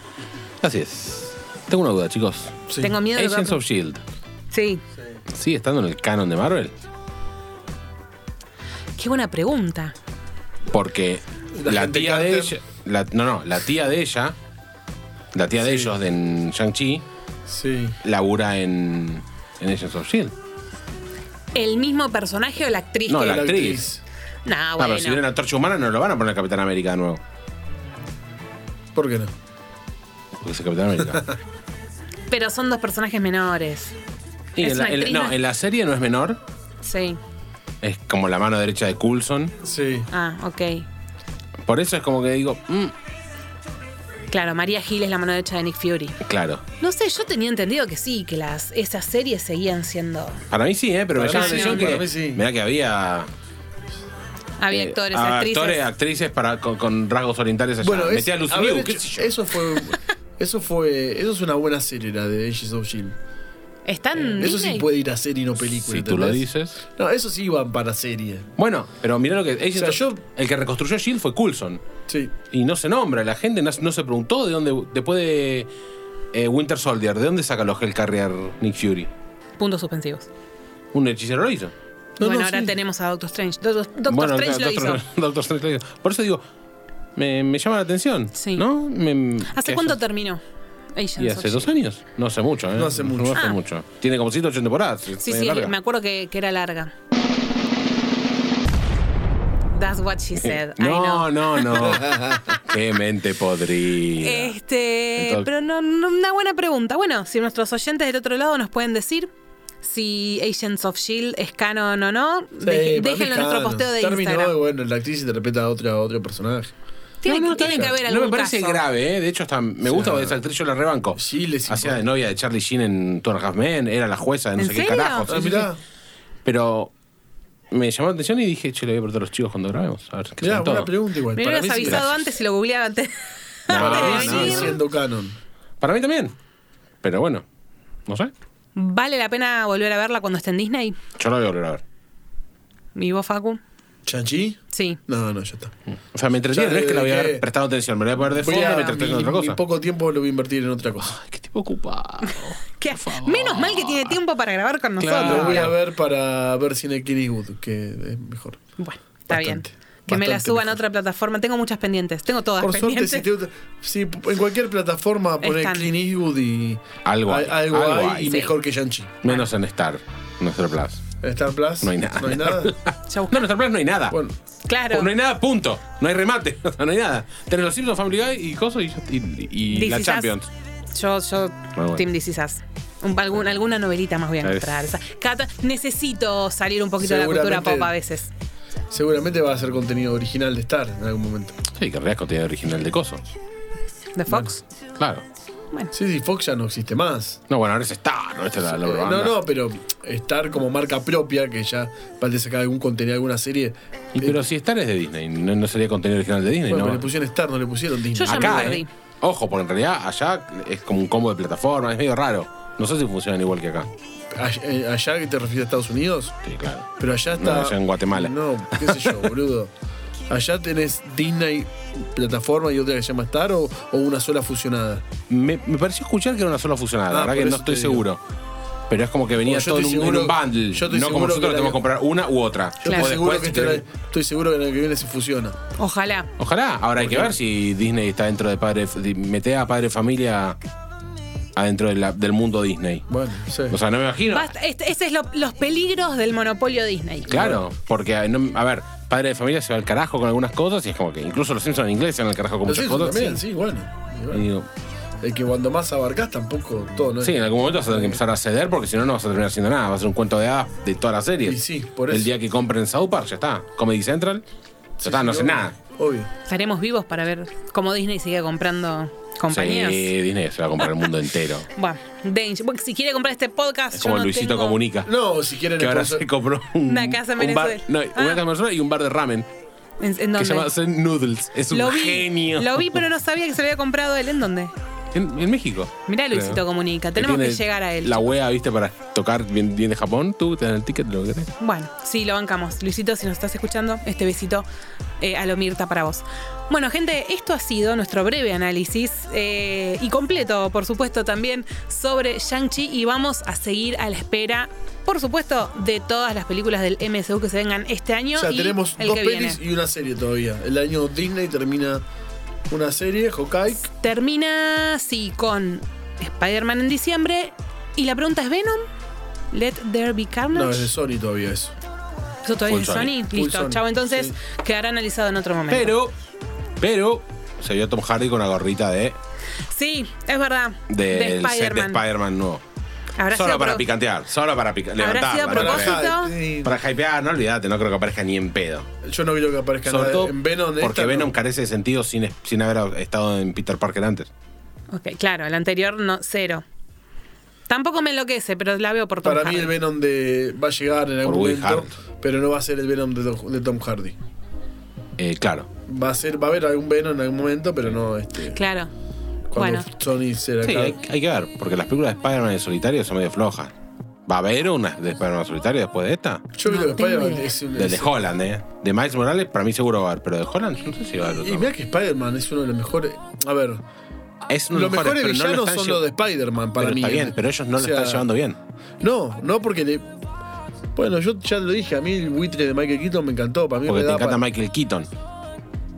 Speaker 5: Así es. Tengo una duda, chicos.
Speaker 6: Sí.
Speaker 1: Tengo miedo de
Speaker 5: Agents of Shield.
Speaker 1: Sí.
Speaker 5: E ¿Sigue estando en el canon de Marvel?
Speaker 1: Qué buena pregunta.
Speaker 5: Porque
Speaker 6: La
Speaker 5: la,
Speaker 6: gente
Speaker 5: tía de
Speaker 6: Carter.
Speaker 5: ella. la- no, no, la tía de ella. La tía de
Speaker 6: Sí.
Speaker 5: ellos de en Shang-Chi
Speaker 6: Sí.
Speaker 5: labura en, en Agents of Shield.
Speaker 1: Ah, ¿El mismo personaje o la actriz?
Speaker 5: No,
Speaker 1: que-
Speaker 5: la- actriz.
Speaker 1: Nah,
Speaker 5: Ah,
Speaker 1: bueno.
Speaker 5: pero si viene la torcha humana no lo van a poner Capitán América de nuevo.
Speaker 6: ¿Por qué no?
Speaker 5: Porque es Capitán América.
Speaker 1: Pero son dos personajes menores.
Speaker 5: Y
Speaker 1: Es
Speaker 5: en la-
Speaker 1: una
Speaker 5: en la-
Speaker 1: actriz,
Speaker 5: no,
Speaker 1: ¿no?
Speaker 5: en la serie no es menor.
Speaker 1: Sí.
Speaker 5: Es como la mano derecha de Coulson.
Speaker 6: Sí.
Speaker 1: Ah, ok.
Speaker 5: Por eso es como que digo, mm,
Speaker 1: Claro, María Gil es la mano derecha de Nick Fury.
Speaker 5: claro.
Speaker 1: No sé, yo tenía entendido que sí, que las, esas series seguían siendo.
Speaker 5: Para mí sí, ¿eh? pero me
Speaker 6: Para
Speaker 5: llama
Speaker 6: mí
Speaker 5: la
Speaker 6: sí,
Speaker 5: atención
Speaker 6: para
Speaker 5: que.
Speaker 6: mí sí.
Speaker 5: Mirá que había.
Speaker 1: Había
Speaker 5: eh,
Speaker 1: actores,
Speaker 5: ah,
Speaker 1: actrices.
Speaker 5: Actores, actrices para, con, con rasgos orientales allá.
Speaker 6: Bueno, es-
Speaker 5: Metía a Lucy
Speaker 6: haber
Speaker 5: Liu,
Speaker 6: hecho-
Speaker 5: qué sé yo.
Speaker 6: eso fue. Eso fue. Eso es una buena serie, la de Agents of Shield.
Speaker 1: Están.
Speaker 6: E
Speaker 5: eh,
Speaker 6: Eso sí
Speaker 1: Mm, Disney?
Speaker 6: puede ir a serie y no película.
Speaker 5: Si tú lo
Speaker 6: ¿entendés?
Speaker 5: dices.
Speaker 6: No, eso sí iban para serie.
Speaker 5: Bueno, pero mirá lo que. Agents
Speaker 6: O sea,
Speaker 5: of-
Speaker 6: yo-
Speaker 5: el que reconstruyó Shield fue Coulson.
Speaker 6: Sí.
Speaker 5: Y no se nombra, la gente no, no se preguntó de dónde. Después de eh, Winter Soldier, ¿de dónde saca los Hellcarrier Nick Fury?
Speaker 1: Puntos suspensivos.
Speaker 5: Un hechicero lo hizo.
Speaker 6: No,
Speaker 1: bueno,
Speaker 6: no,
Speaker 1: ahora
Speaker 6: sí.
Speaker 1: tenemos a Doctor Strange. Do- do- Doctor
Speaker 5: Bueno,
Speaker 1: Strange lo
Speaker 5: Doctor-
Speaker 1: hizo.
Speaker 5: Doctor Strange lo hizo. Por eso digo, me, me llama la atención.
Speaker 1: Sí.
Speaker 5: ¿No? Me-
Speaker 1: ¿Hace
Speaker 5: que
Speaker 1: cuánto
Speaker 5: haya-
Speaker 1: terminó? Agents
Speaker 5: ¿Y
Speaker 1: of
Speaker 5: hace
Speaker 1: S.H.I.E.L.D.?
Speaker 5: dos años? No hace mucho, ¿eh?
Speaker 6: No hace mucho.
Speaker 5: No hace
Speaker 1: Ah.
Speaker 5: mucho. Tiene como 108 temporadas.
Speaker 1: Sí,
Speaker 5: medio
Speaker 1: sí,
Speaker 5: larga.
Speaker 1: me acuerdo que, que era larga. That's what she said. I
Speaker 5: No,
Speaker 1: know.
Speaker 5: no, no. Qué mente podrida.
Speaker 1: Este,
Speaker 5: Entonces-
Speaker 1: pero no, no- una buena pregunta. Bueno, si nuestros oyentes del otro lado nos pueden decir si Agents of Shield E es canon o no,
Speaker 6: Sí,
Speaker 1: deje-
Speaker 6: para mí
Speaker 1: déjenlo en
Speaker 6: está,
Speaker 1: nuestro posteo de
Speaker 6: terminó,
Speaker 1: Instagram.
Speaker 6: y bueno, la actriz interpreta a otra, a otro personaje.
Speaker 1: Tiene,
Speaker 5: No, no,
Speaker 1: tiene
Speaker 5: está
Speaker 1: que
Speaker 5: bien.
Speaker 1: haber algún
Speaker 5: No me parece
Speaker 1: caso.
Speaker 5: grave, ¿eh? De hecho, hasta me gusta porque esa actriz yo la rebanco.
Speaker 6: Sí, les
Speaker 5: Hacía
Speaker 6: importa.
Speaker 5: de novia de Charlie Sheen en Two and a Half Men, era la jueza de no
Speaker 1: ¿En
Speaker 5: sé qué
Speaker 1: serio?
Speaker 5: carajo.
Speaker 6: Ah,
Speaker 5: Sí, sí,
Speaker 6: mirá,
Speaker 5: sí. Pero me llamó la atención y dije, che, le voy a preguntar a los chicos cuando grabemos. A ver qué
Speaker 6: mirá,
Speaker 5: son
Speaker 6: buena
Speaker 5: todos.
Speaker 6: pregunta igual.
Speaker 1: Me
Speaker 6: Para
Speaker 1: hubieras
Speaker 6: mí sí-
Speaker 1: avisado antes y lo googleaba antes.
Speaker 5: No,
Speaker 6: Para
Speaker 5: no,
Speaker 6: mí
Speaker 5: no,
Speaker 6: sigue
Speaker 5: no.
Speaker 6: siendo canon.
Speaker 5: Para mí también. Pero bueno, no sé.
Speaker 1: ¿Vale la pena volver a verla cuando esté en Disney?
Speaker 5: Yo la voy a volver a ver.
Speaker 1: ¿Y vos, Facu?
Speaker 6: ¿Chanchi?
Speaker 1: Sí.
Speaker 6: No, no, ya está.
Speaker 5: O sea, me entretiene,
Speaker 6: Ya,
Speaker 5: no es que la voy a
Speaker 6: eh,
Speaker 5: ver prestando atención, me la voy a poner de
Speaker 6: Voy
Speaker 5: fondo y
Speaker 6: a,
Speaker 5: me entretengo en
Speaker 6: mi,
Speaker 5: otra
Speaker 6: mi
Speaker 5: cosa.
Speaker 6: poco tiempo lo voy a invertir en otra cosa.
Speaker 5: Qué tipo ocupado.
Speaker 1: ¿Qué? Menos mal que tiene tiempo para grabar con nosotros.
Speaker 5: Claro.
Speaker 6: Lo voy a ver para ver si en el Clint Eastwood, que es mejor.
Speaker 1: Bueno, está bien.
Speaker 6: Bastante,
Speaker 1: Que me la
Speaker 6: bastante
Speaker 1: suban a
Speaker 6: mejor.
Speaker 1: otra plataforma. Tengo muchas pendientes. Tengo todas
Speaker 6: Por suerte,
Speaker 1: pendientes.
Speaker 6: si, te- si en cualquier plataforma poner
Speaker 1: Están.
Speaker 6: Clint Eastwood y
Speaker 5: Algo hay,
Speaker 6: al- algo
Speaker 5: algo
Speaker 6: hay,
Speaker 5: hay.
Speaker 6: y
Speaker 5: Sí.
Speaker 6: mejor que Chanchi.
Speaker 5: Menos en Star, nuestro Plus.
Speaker 6: En Star Plus
Speaker 5: No hay nada.
Speaker 6: No hay nada.
Speaker 1: Ya
Speaker 5: No,
Speaker 1: busco.
Speaker 5: en Star Plus no hay nada.
Speaker 6: Bueno,
Speaker 1: claro.
Speaker 5: O Pues No hay nada, punto. No hay remate, o sea, no hay nada. Tenés los Simpsons, Family Guy y Coso y, y- y
Speaker 1: This
Speaker 5: la
Speaker 1: Is Us.
Speaker 5: Champions.
Speaker 1: Yo, yo,
Speaker 5: bueno.
Speaker 1: Team This Is Us. Un- algún- alguna novelita más voy a
Speaker 5: Sabes.
Speaker 1: encontrar. Esa- cada- necesito salir un poquito de la cultura
Speaker 6: Seguramente-
Speaker 1: pop a veces.
Speaker 6: seguramente va a ser contenido original de Star en algún momento.
Speaker 5: Sí, querrías contenido original de Coso.
Speaker 1: ¿De Fox?
Speaker 5: Claro.
Speaker 1: Bueno.
Speaker 6: Sí, sí, Fox ya no existe más.
Speaker 5: No, bueno, ahora es Star, ¿no? Esta es la, la
Speaker 6: Eh,
Speaker 5: banda.
Speaker 6: no, no, pero estar como marca propia, que ya vale sacar algún contenido, alguna serie. eh,
Speaker 5: Y, pero si Star es de Disney, no, no sería contenido original de Disney, ¿no?
Speaker 6: Bueno, pero le pusieron Star, no le pusieron Disney.
Speaker 1: Yo ya
Speaker 5: Acá,
Speaker 1: me perdí.
Speaker 5: ¿eh? Ojo, porque en realidad allá es como un combo de plataformas, es medio raro. No sé si funcionan igual que acá.
Speaker 6: Allá, eh, allá que te refieres a Estados Unidos,
Speaker 5: Sí, claro.
Speaker 6: pero allá
Speaker 5: No,
Speaker 6: está.
Speaker 5: allá en Guatemala.
Speaker 6: No, qué sé yo, boludo. Allá tenés Disney plataforma y otra que se llama Star o, o una sola fusionada.
Speaker 5: Me, me pareció escuchar que era una sola fusionada, la
Speaker 6: Ah,
Speaker 5: verdad
Speaker 6: por
Speaker 5: que no
Speaker 6: eso te
Speaker 5: estoy
Speaker 6: digo.
Speaker 5: seguro. Pero es como que venía
Speaker 6: Porque yo
Speaker 5: todo en un,
Speaker 6: estoy
Speaker 5: en un
Speaker 6: seguro-
Speaker 5: bundle.
Speaker 6: yo estoy
Speaker 5: no como
Speaker 6: seguro
Speaker 5: nosotros
Speaker 6: que
Speaker 5: tenemos que comprar una u otra.
Speaker 6: Yo
Speaker 5: O
Speaker 6: estoy, seguro
Speaker 5: después,
Speaker 6: que
Speaker 5: si
Speaker 6: este año-
Speaker 5: querés-
Speaker 6: estoy seguro que el año que viene se fusiona.
Speaker 1: Ojalá.
Speaker 5: Ojalá, ahora hay que ver si Disney está dentro de padre. de- Mete a padre familia adentro de la- del mundo Disney.
Speaker 6: Bueno, no sé.
Speaker 5: O sea, no me imagino.
Speaker 1: Basta, es- ese es lo- los peligros del monopolio Disney.
Speaker 5: Claro, porque eh, no- a ver, padre de familia se va al carajo con algunas cosas y es como que incluso los Simpsons en inglés se van al carajo con
Speaker 6: Los
Speaker 5: muchas
Speaker 6: Simpsons
Speaker 5: cosas.
Speaker 6: también, sí, bueno. Y
Speaker 5: Y
Speaker 6: bueno,
Speaker 5: digo,
Speaker 6: El que cuando más abarcás tampoco todo, ¿no? es-
Speaker 5: Mm. sí, en algún momento vas a tener que empezar a ceder porque si no, no vas a terminar haciendo nada. Va a ser un cuento de hadas de toda la serie.
Speaker 6: Y sí, por eso.
Speaker 5: El día que compren South Park, ya está. Comedy Central, ya
Speaker 6: Sí,
Speaker 5: está, no
Speaker 6: sí,
Speaker 5: hace
Speaker 6: obvio,
Speaker 5: nada.
Speaker 6: Obvio.
Speaker 1: Estaremos vivos para ver cómo Disney sigue comprando compañías.
Speaker 5: Sí, Disney se va a comprar el mundo entero.
Speaker 1: Bueno, Danger. Bueno, si quiere comprar este podcast,
Speaker 5: Es
Speaker 1: yo
Speaker 5: como
Speaker 1: no
Speaker 5: Luisito
Speaker 1: tengo-
Speaker 5: Comunica.
Speaker 6: No, si quieren
Speaker 5: Que ahora
Speaker 6: sponsor-
Speaker 5: se compró un-
Speaker 1: Una casa en
Speaker 5: un bar-
Speaker 1: Venezuela.
Speaker 5: no,
Speaker 1: Ah.
Speaker 5: una casa en Venezuela y un bar de ramen
Speaker 1: ¿En, en dónde?
Speaker 5: que se llama Zen Noodles. Es un
Speaker 1: lo vi,
Speaker 5: genio.
Speaker 1: Lo vi, pero no sabía que se había comprado él. ¿En dónde?
Speaker 5: En, en México.
Speaker 1: Mirá, Luisito
Speaker 5: Creo.
Speaker 1: Comunica, tenemos
Speaker 5: tiene
Speaker 1: que llegar a él.
Speaker 5: La wea, viste, para tocar bien, bien de Japón. Tú te dan el ticket, lo que querés.
Speaker 1: Bueno, sí, lo bancamos. Luisito, si nos estás escuchando, este besito eh, a lo Mirta para vos. Bueno, gente, esto ha sido nuestro breve análisis eh, y completo, por supuesto, también sobre Shang-Chi y vamos a seguir a la espera, por supuesto, de todas las películas del MCU que se vengan este año.
Speaker 6: O sea,
Speaker 1: y
Speaker 6: tenemos
Speaker 1: el
Speaker 6: dos
Speaker 1: que
Speaker 6: pelis
Speaker 1: viene.
Speaker 6: y una serie todavía. El año Disney termina una serie, Hawkeye.
Speaker 1: Termina, sí, con Spider-Man en diciembre y la pregunta es Venom. Let There Be Carnage.
Speaker 6: No, es de Sony todavía eso.
Speaker 1: Eso todavía
Speaker 5: Full
Speaker 1: es de
Speaker 5: Sony.
Speaker 1: Sony.
Speaker 6: Full
Speaker 1: Listo,
Speaker 6: Sony,
Speaker 1: chavo. Entonces
Speaker 6: sí.
Speaker 1: quedará analizado en otro momento.
Speaker 5: Pero, pero, se vio Tom Hardy con una gorrita de,
Speaker 1: Sí, es verdad.
Speaker 5: del
Speaker 1: de
Speaker 5: set de
Speaker 1: Spider-Man.
Speaker 5: Spider-Man nuevo.
Speaker 1: Habrá
Speaker 5: Solo
Speaker 1: sido
Speaker 5: para
Speaker 1: pro-
Speaker 5: picantear, solo para pica
Speaker 1: Habrá
Speaker 5: levantar.
Speaker 1: sido a
Speaker 5: para,
Speaker 1: propósito.
Speaker 6: Ay,
Speaker 5: para hypear, no olvídate, no creo que aparezca ni en pedo.
Speaker 6: sí. Yo no quiero que aparezca
Speaker 5: Sobre
Speaker 6: nada.
Speaker 5: todo
Speaker 6: en Venom.
Speaker 5: porque
Speaker 6: esta no.
Speaker 5: Venom carece de sentido sin, sin haber estado en Peter Parker antes.
Speaker 1: Ok, claro, el anterior no, cero. Tampoco me enloquece, pero la veo por Tom
Speaker 6: Para mí
Speaker 1: Hardy.
Speaker 6: el Venom de va a llegar en algún
Speaker 5: Por Will
Speaker 6: momento,
Speaker 5: Hart.
Speaker 6: pero no va a ser el Venom de, Tom- de Tom Hardy.
Speaker 5: Eh, claro.
Speaker 6: Va a ser, va a haber algún Venom en algún momento, pero no este.
Speaker 1: Claro.
Speaker 6: Cuando
Speaker 1: Bueno,
Speaker 6: Sony se la
Speaker 5: Sí,
Speaker 6: acabe.
Speaker 5: hay, hay que ver, porque las películas de Spider-Man en solitario son medio flojas. ¿Va a haber una de Spider-Man en solitario después de esta?
Speaker 6: Yo
Speaker 1: No
Speaker 6: creo que
Speaker 1: tengo
Speaker 6: Spider-Man
Speaker 1: idea.
Speaker 6: es un.
Speaker 5: De, de
Speaker 6: es-
Speaker 5: Holland, ¿eh? De Miles Morales, para mí seguro va a haber, pero de Holland yo no sé si va a haber.
Speaker 6: y
Speaker 5: otro.
Speaker 6: mira que Spider-Man es uno de los mejores. A ver,
Speaker 5: es uno de
Speaker 6: los mejores
Speaker 5: pero no lo
Speaker 6: villanos
Speaker 5: están
Speaker 6: son
Speaker 5: lle-
Speaker 6: los de Spider-Man para
Speaker 5: pero
Speaker 6: mí. ¿eh?
Speaker 5: Está bien, pero ellos no
Speaker 6: O
Speaker 5: lo
Speaker 6: sea,
Speaker 5: están llevando bien.
Speaker 6: No, no porque le. Bueno, yo ya lo dije, a mí el buitre de Michael Keaton me encantó. Para mí
Speaker 5: Porque
Speaker 6: me
Speaker 5: te
Speaker 6: da
Speaker 5: encanta
Speaker 6: pa-
Speaker 5: Michael Keaton.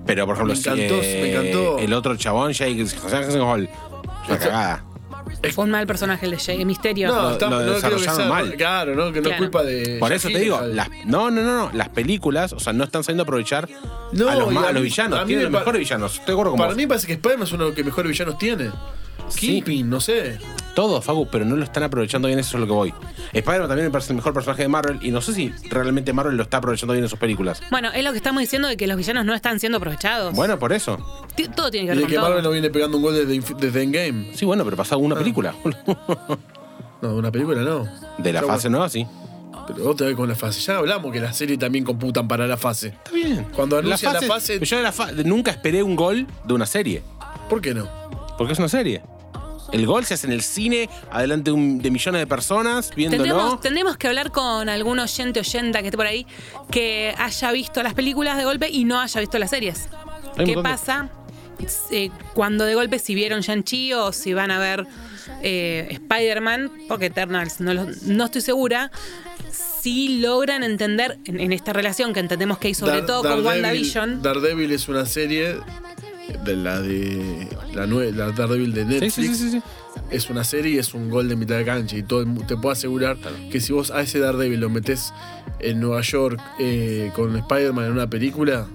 Speaker 5: Pero, por ejemplo,
Speaker 6: Me
Speaker 5: si,
Speaker 6: encantó,
Speaker 5: eh,
Speaker 6: me encantó.
Speaker 5: el otro chabón, Jake José Hall, una cagada.
Speaker 1: fue un mal personaje el de Jay, el misterio.
Speaker 6: No,
Speaker 5: lo-
Speaker 6: está,
Speaker 5: lo
Speaker 6: no creo que
Speaker 5: desarrollaron
Speaker 6: sea
Speaker 5: mal.
Speaker 6: Claro, no, que no
Speaker 1: Claro.
Speaker 6: es culpa de.
Speaker 5: Por eso te
Speaker 6: Shaquille,
Speaker 5: digo,
Speaker 6: tal.
Speaker 5: las, no, no, no, no, las películas, o sea, no están sabiendo aprovechar
Speaker 6: No,
Speaker 5: a, los,
Speaker 6: y
Speaker 5: ma-
Speaker 6: a
Speaker 5: a los
Speaker 6: mí- a
Speaker 5: villanos.
Speaker 6: mí
Speaker 5: Tienen
Speaker 6: me
Speaker 5: los
Speaker 6: pa-
Speaker 5: mejores villanos. Estoy de acuerdo con
Speaker 6: Para
Speaker 5: vos.
Speaker 6: mí parece que Spider-Man es uno de los que mejores villanos tiene.
Speaker 5: Sí.
Speaker 6: Keeping, no sé.
Speaker 5: Todo, Facu, pero no lo están aprovechando bien, eso es lo que voy. Spider-Man también me parece el mejor personaje de Marvel y no sé si realmente Marvel lo está aprovechando bien en sus películas.
Speaker 1: Bueno, es lo que estamos diciendo de que los villanos no están siendo aprovechados.
Speaker 5: Bueno, por eso.
Speaker 1: Ti- todo tiene que ver
Speaker 6: Y de
Speaker 1: con
Speaker 6: que
Speaker 1: todo.
Speaker 6: Marvel no viene pegando un gol desde, inf- desde Endgame.
Speaker 5: Sí, bueno, pero pasado una
Speaker 6: Ah.
Speaker 5: película.
Speaker 6: No, una película no.
Speaker 5: De la
Speaker 6: Pero
Speaker 5: fase nueva, sí.
Speaker 6: bueno, Pero otra vez con la fase. Ya hablamos que la serie también computan para la fase.
Speaker 5: Está bien.
Speaker 6: Cuando anuncian la fase-
Speaker 5: Yo de la fa- nunca esperé un gol de una serie,
Speaker 6: ¿Por qué no?
Speaker 5: porque es una serie. El gol se hace en el cine, adelante un- de millones de personas, viéndolo.
Speaker 1: Tendremos, tendremos que hablar con algún oyente oyenta que esté por ahí que haya visto las películas de golpe y no haya visto las series.
Speaker 5: Hay un
Speaker 1: ¿Qué
Speaker 5: montón de-
Speaker 1: pasa eh, cuando de golpe si vieron Shang-Chi o si van a ver eh, Spider-Man? Porque Eternals no, lo- no estoy segura. Si logran entender en, en esta relación que entendemos que hay sobre
Speaker 6: Dar-
Speaker 1: todo con
Speaker 6: Daredevil-
Speaker 1: WandaVision.
Speaker 6: Daredevil es una serie de la de la, nue- la Daredevil de
Speaker 5: Sí,
Speaker 6: Netflix.
Speaker 5: sí, sí, sí, sí.
Speaker 6: Es una serie y es un gol de mitad de cancha y todo el mu- te puedo asegurar que si vos a ese Daredevil lo metés en Nueva York eh, con Spider-Man en una película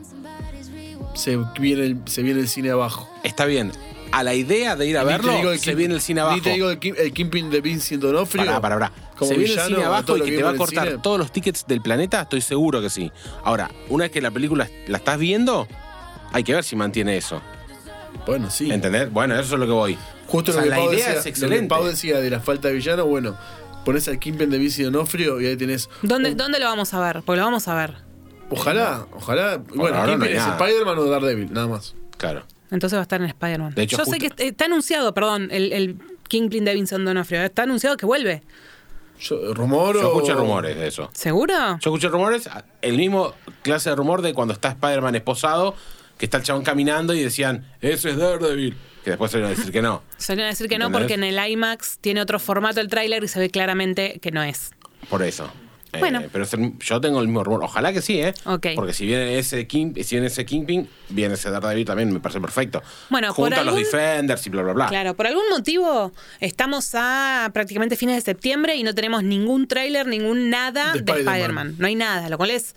Speaker 6: se viene el, se viene el cine abajo.
Speaker 5: Está bien. A la idea de ir a
Speaker 6: Ni te
Speaker 5: verlo,
Speaker 6: digo el
Speaker 5: se
Speaker 6: Kim-
Speaker 5: viene el cine abajo.
Speaker 6: Ni te digo el, Kim- el Kingpin de Vincent D'Onofrio.
Speaker 5: Pará, pará, pará.
Speaker 6: Como
Speaker 5: se viene el
Speaker 6: villano,
Speaker 5: cine
Speaker 6: a todo
Speaker 5: abajo y
Speaker 6: lo
Speaker 5: que te
Speaker 6: vimos
Speaker 5: va
Speaker 6: en
Speaker 5: a
Speaker 6: el
Speaker 5: cortar
Speaker 6: cine.
Speaker 5: todos los tickets del planeta, estoy seguro que sí. Ahora, una vez que la película la estás viendo, hay que ver si mantiene eso.
Speaker 6: Bueno, sí.
Speaker 5: ¿Entendés? Bueno, eso es lo que voy.
Speaker 6: Justo
Speaker 5: O sea,
Speaker 6: lo que
Speaker 5: la
Speaker 6: Pau
Speaker 5: idea
Speaker 6: decía,
Speaker 5: es
Speaker 6: lo que
Speaker 5: excelente.
Speaker 6: Pau decía de la falta de villano, bueno, pones al Kimpen de Bici Donofrio y ahí tenés.
Speaker 1: ¿Dónde, ¿Dónde lo vamos a ver? Pues lo vamos a ver.
Speaker 6: Ojalá, ojalá. Bueno,
Speaker 5: ahora no
Speaker 6: Kingpin
Speaker 5: hay
Speaker 6: es
Speaker 5: nada.
Speaker 6: Spider-Man o Daredevil, nada más.
Speaker 5: Claro.
Speaker 1: Entonces va a estar en Spider-Man.
Speaker 5: De hecho,
Speaker 1: Yo sé que
Speaker 5: justo-
Speaker 1: est- está anunciado, perdón, el, el Kingpin de Vincent Donofrio. Está anunciado que vuelve.
Speaker 6: Yo, rumor
Speaker 5: Yo
Speaker 6: o-
Speaker 5: escucho rumores de eso.
Speaker 1: ¿Seguro?
Speaker 5: Yo escuché rumores, el mismo clase de rumor de cuando está Spider-Man esposado, que está el chabón caminando y decían, eso es Daredevil. Que después se a decir que no.
Speaker 1: Solían decir que no
Speaker 5: ¿Entendés?
Speaker 1: porque en el IMAX tiene otro formato el tráiler y se ve claramente que no es.
Speaker 5: Por eso. Eh,
Speaker 1: Bueno.
Speaker 5: pero es el- yo tengo el mismo rumor. Ojalá que sí, ¿eh?
Speaker 1: Ok.
Speaker 5: Porque si viene ese King, si viene ese Kingpin, viene ese Daredevil también, me parece perfecto.
Speaker 1: Bueno, por
Speaker 5: Junto a los
Speaker 1: algún-
Speaker 5: Defenders y bla, bla, bla.
Speaker 1: Claro, por algún motivo estamos a prácticamente fines de septiembre y no tenemos ningún tráiler, ningún nada
Speaker 6: De
Speaker 1: de,
Speaker 6: Spider-Man.
Speaker 1: Spider-Man. No hay nada, lo cual es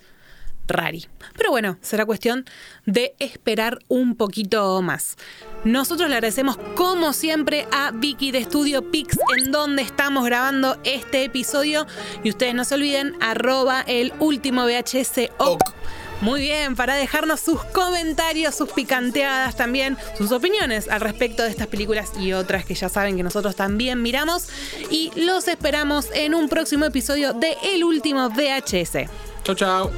Speaker 1: rari. Pero bueno, será cuestión de esperar un poquito más. Nosotros le agradecemos como siempre a Vicky de Estudio Pix en donde estamos grabando este episodio y ustedes no se olviden arroba el último VHS OC.
Speaker 6: Oc.
Speaker 1: Muy bien, para dejarnos sus comentarios, sus picanteadas también, sus opiniones al respecto de estas películas y otras que ya saben que nosotros también miramos. Y los esperamos en un próximo episodio de El Último VHS.
Speaker 5: Chau, chau.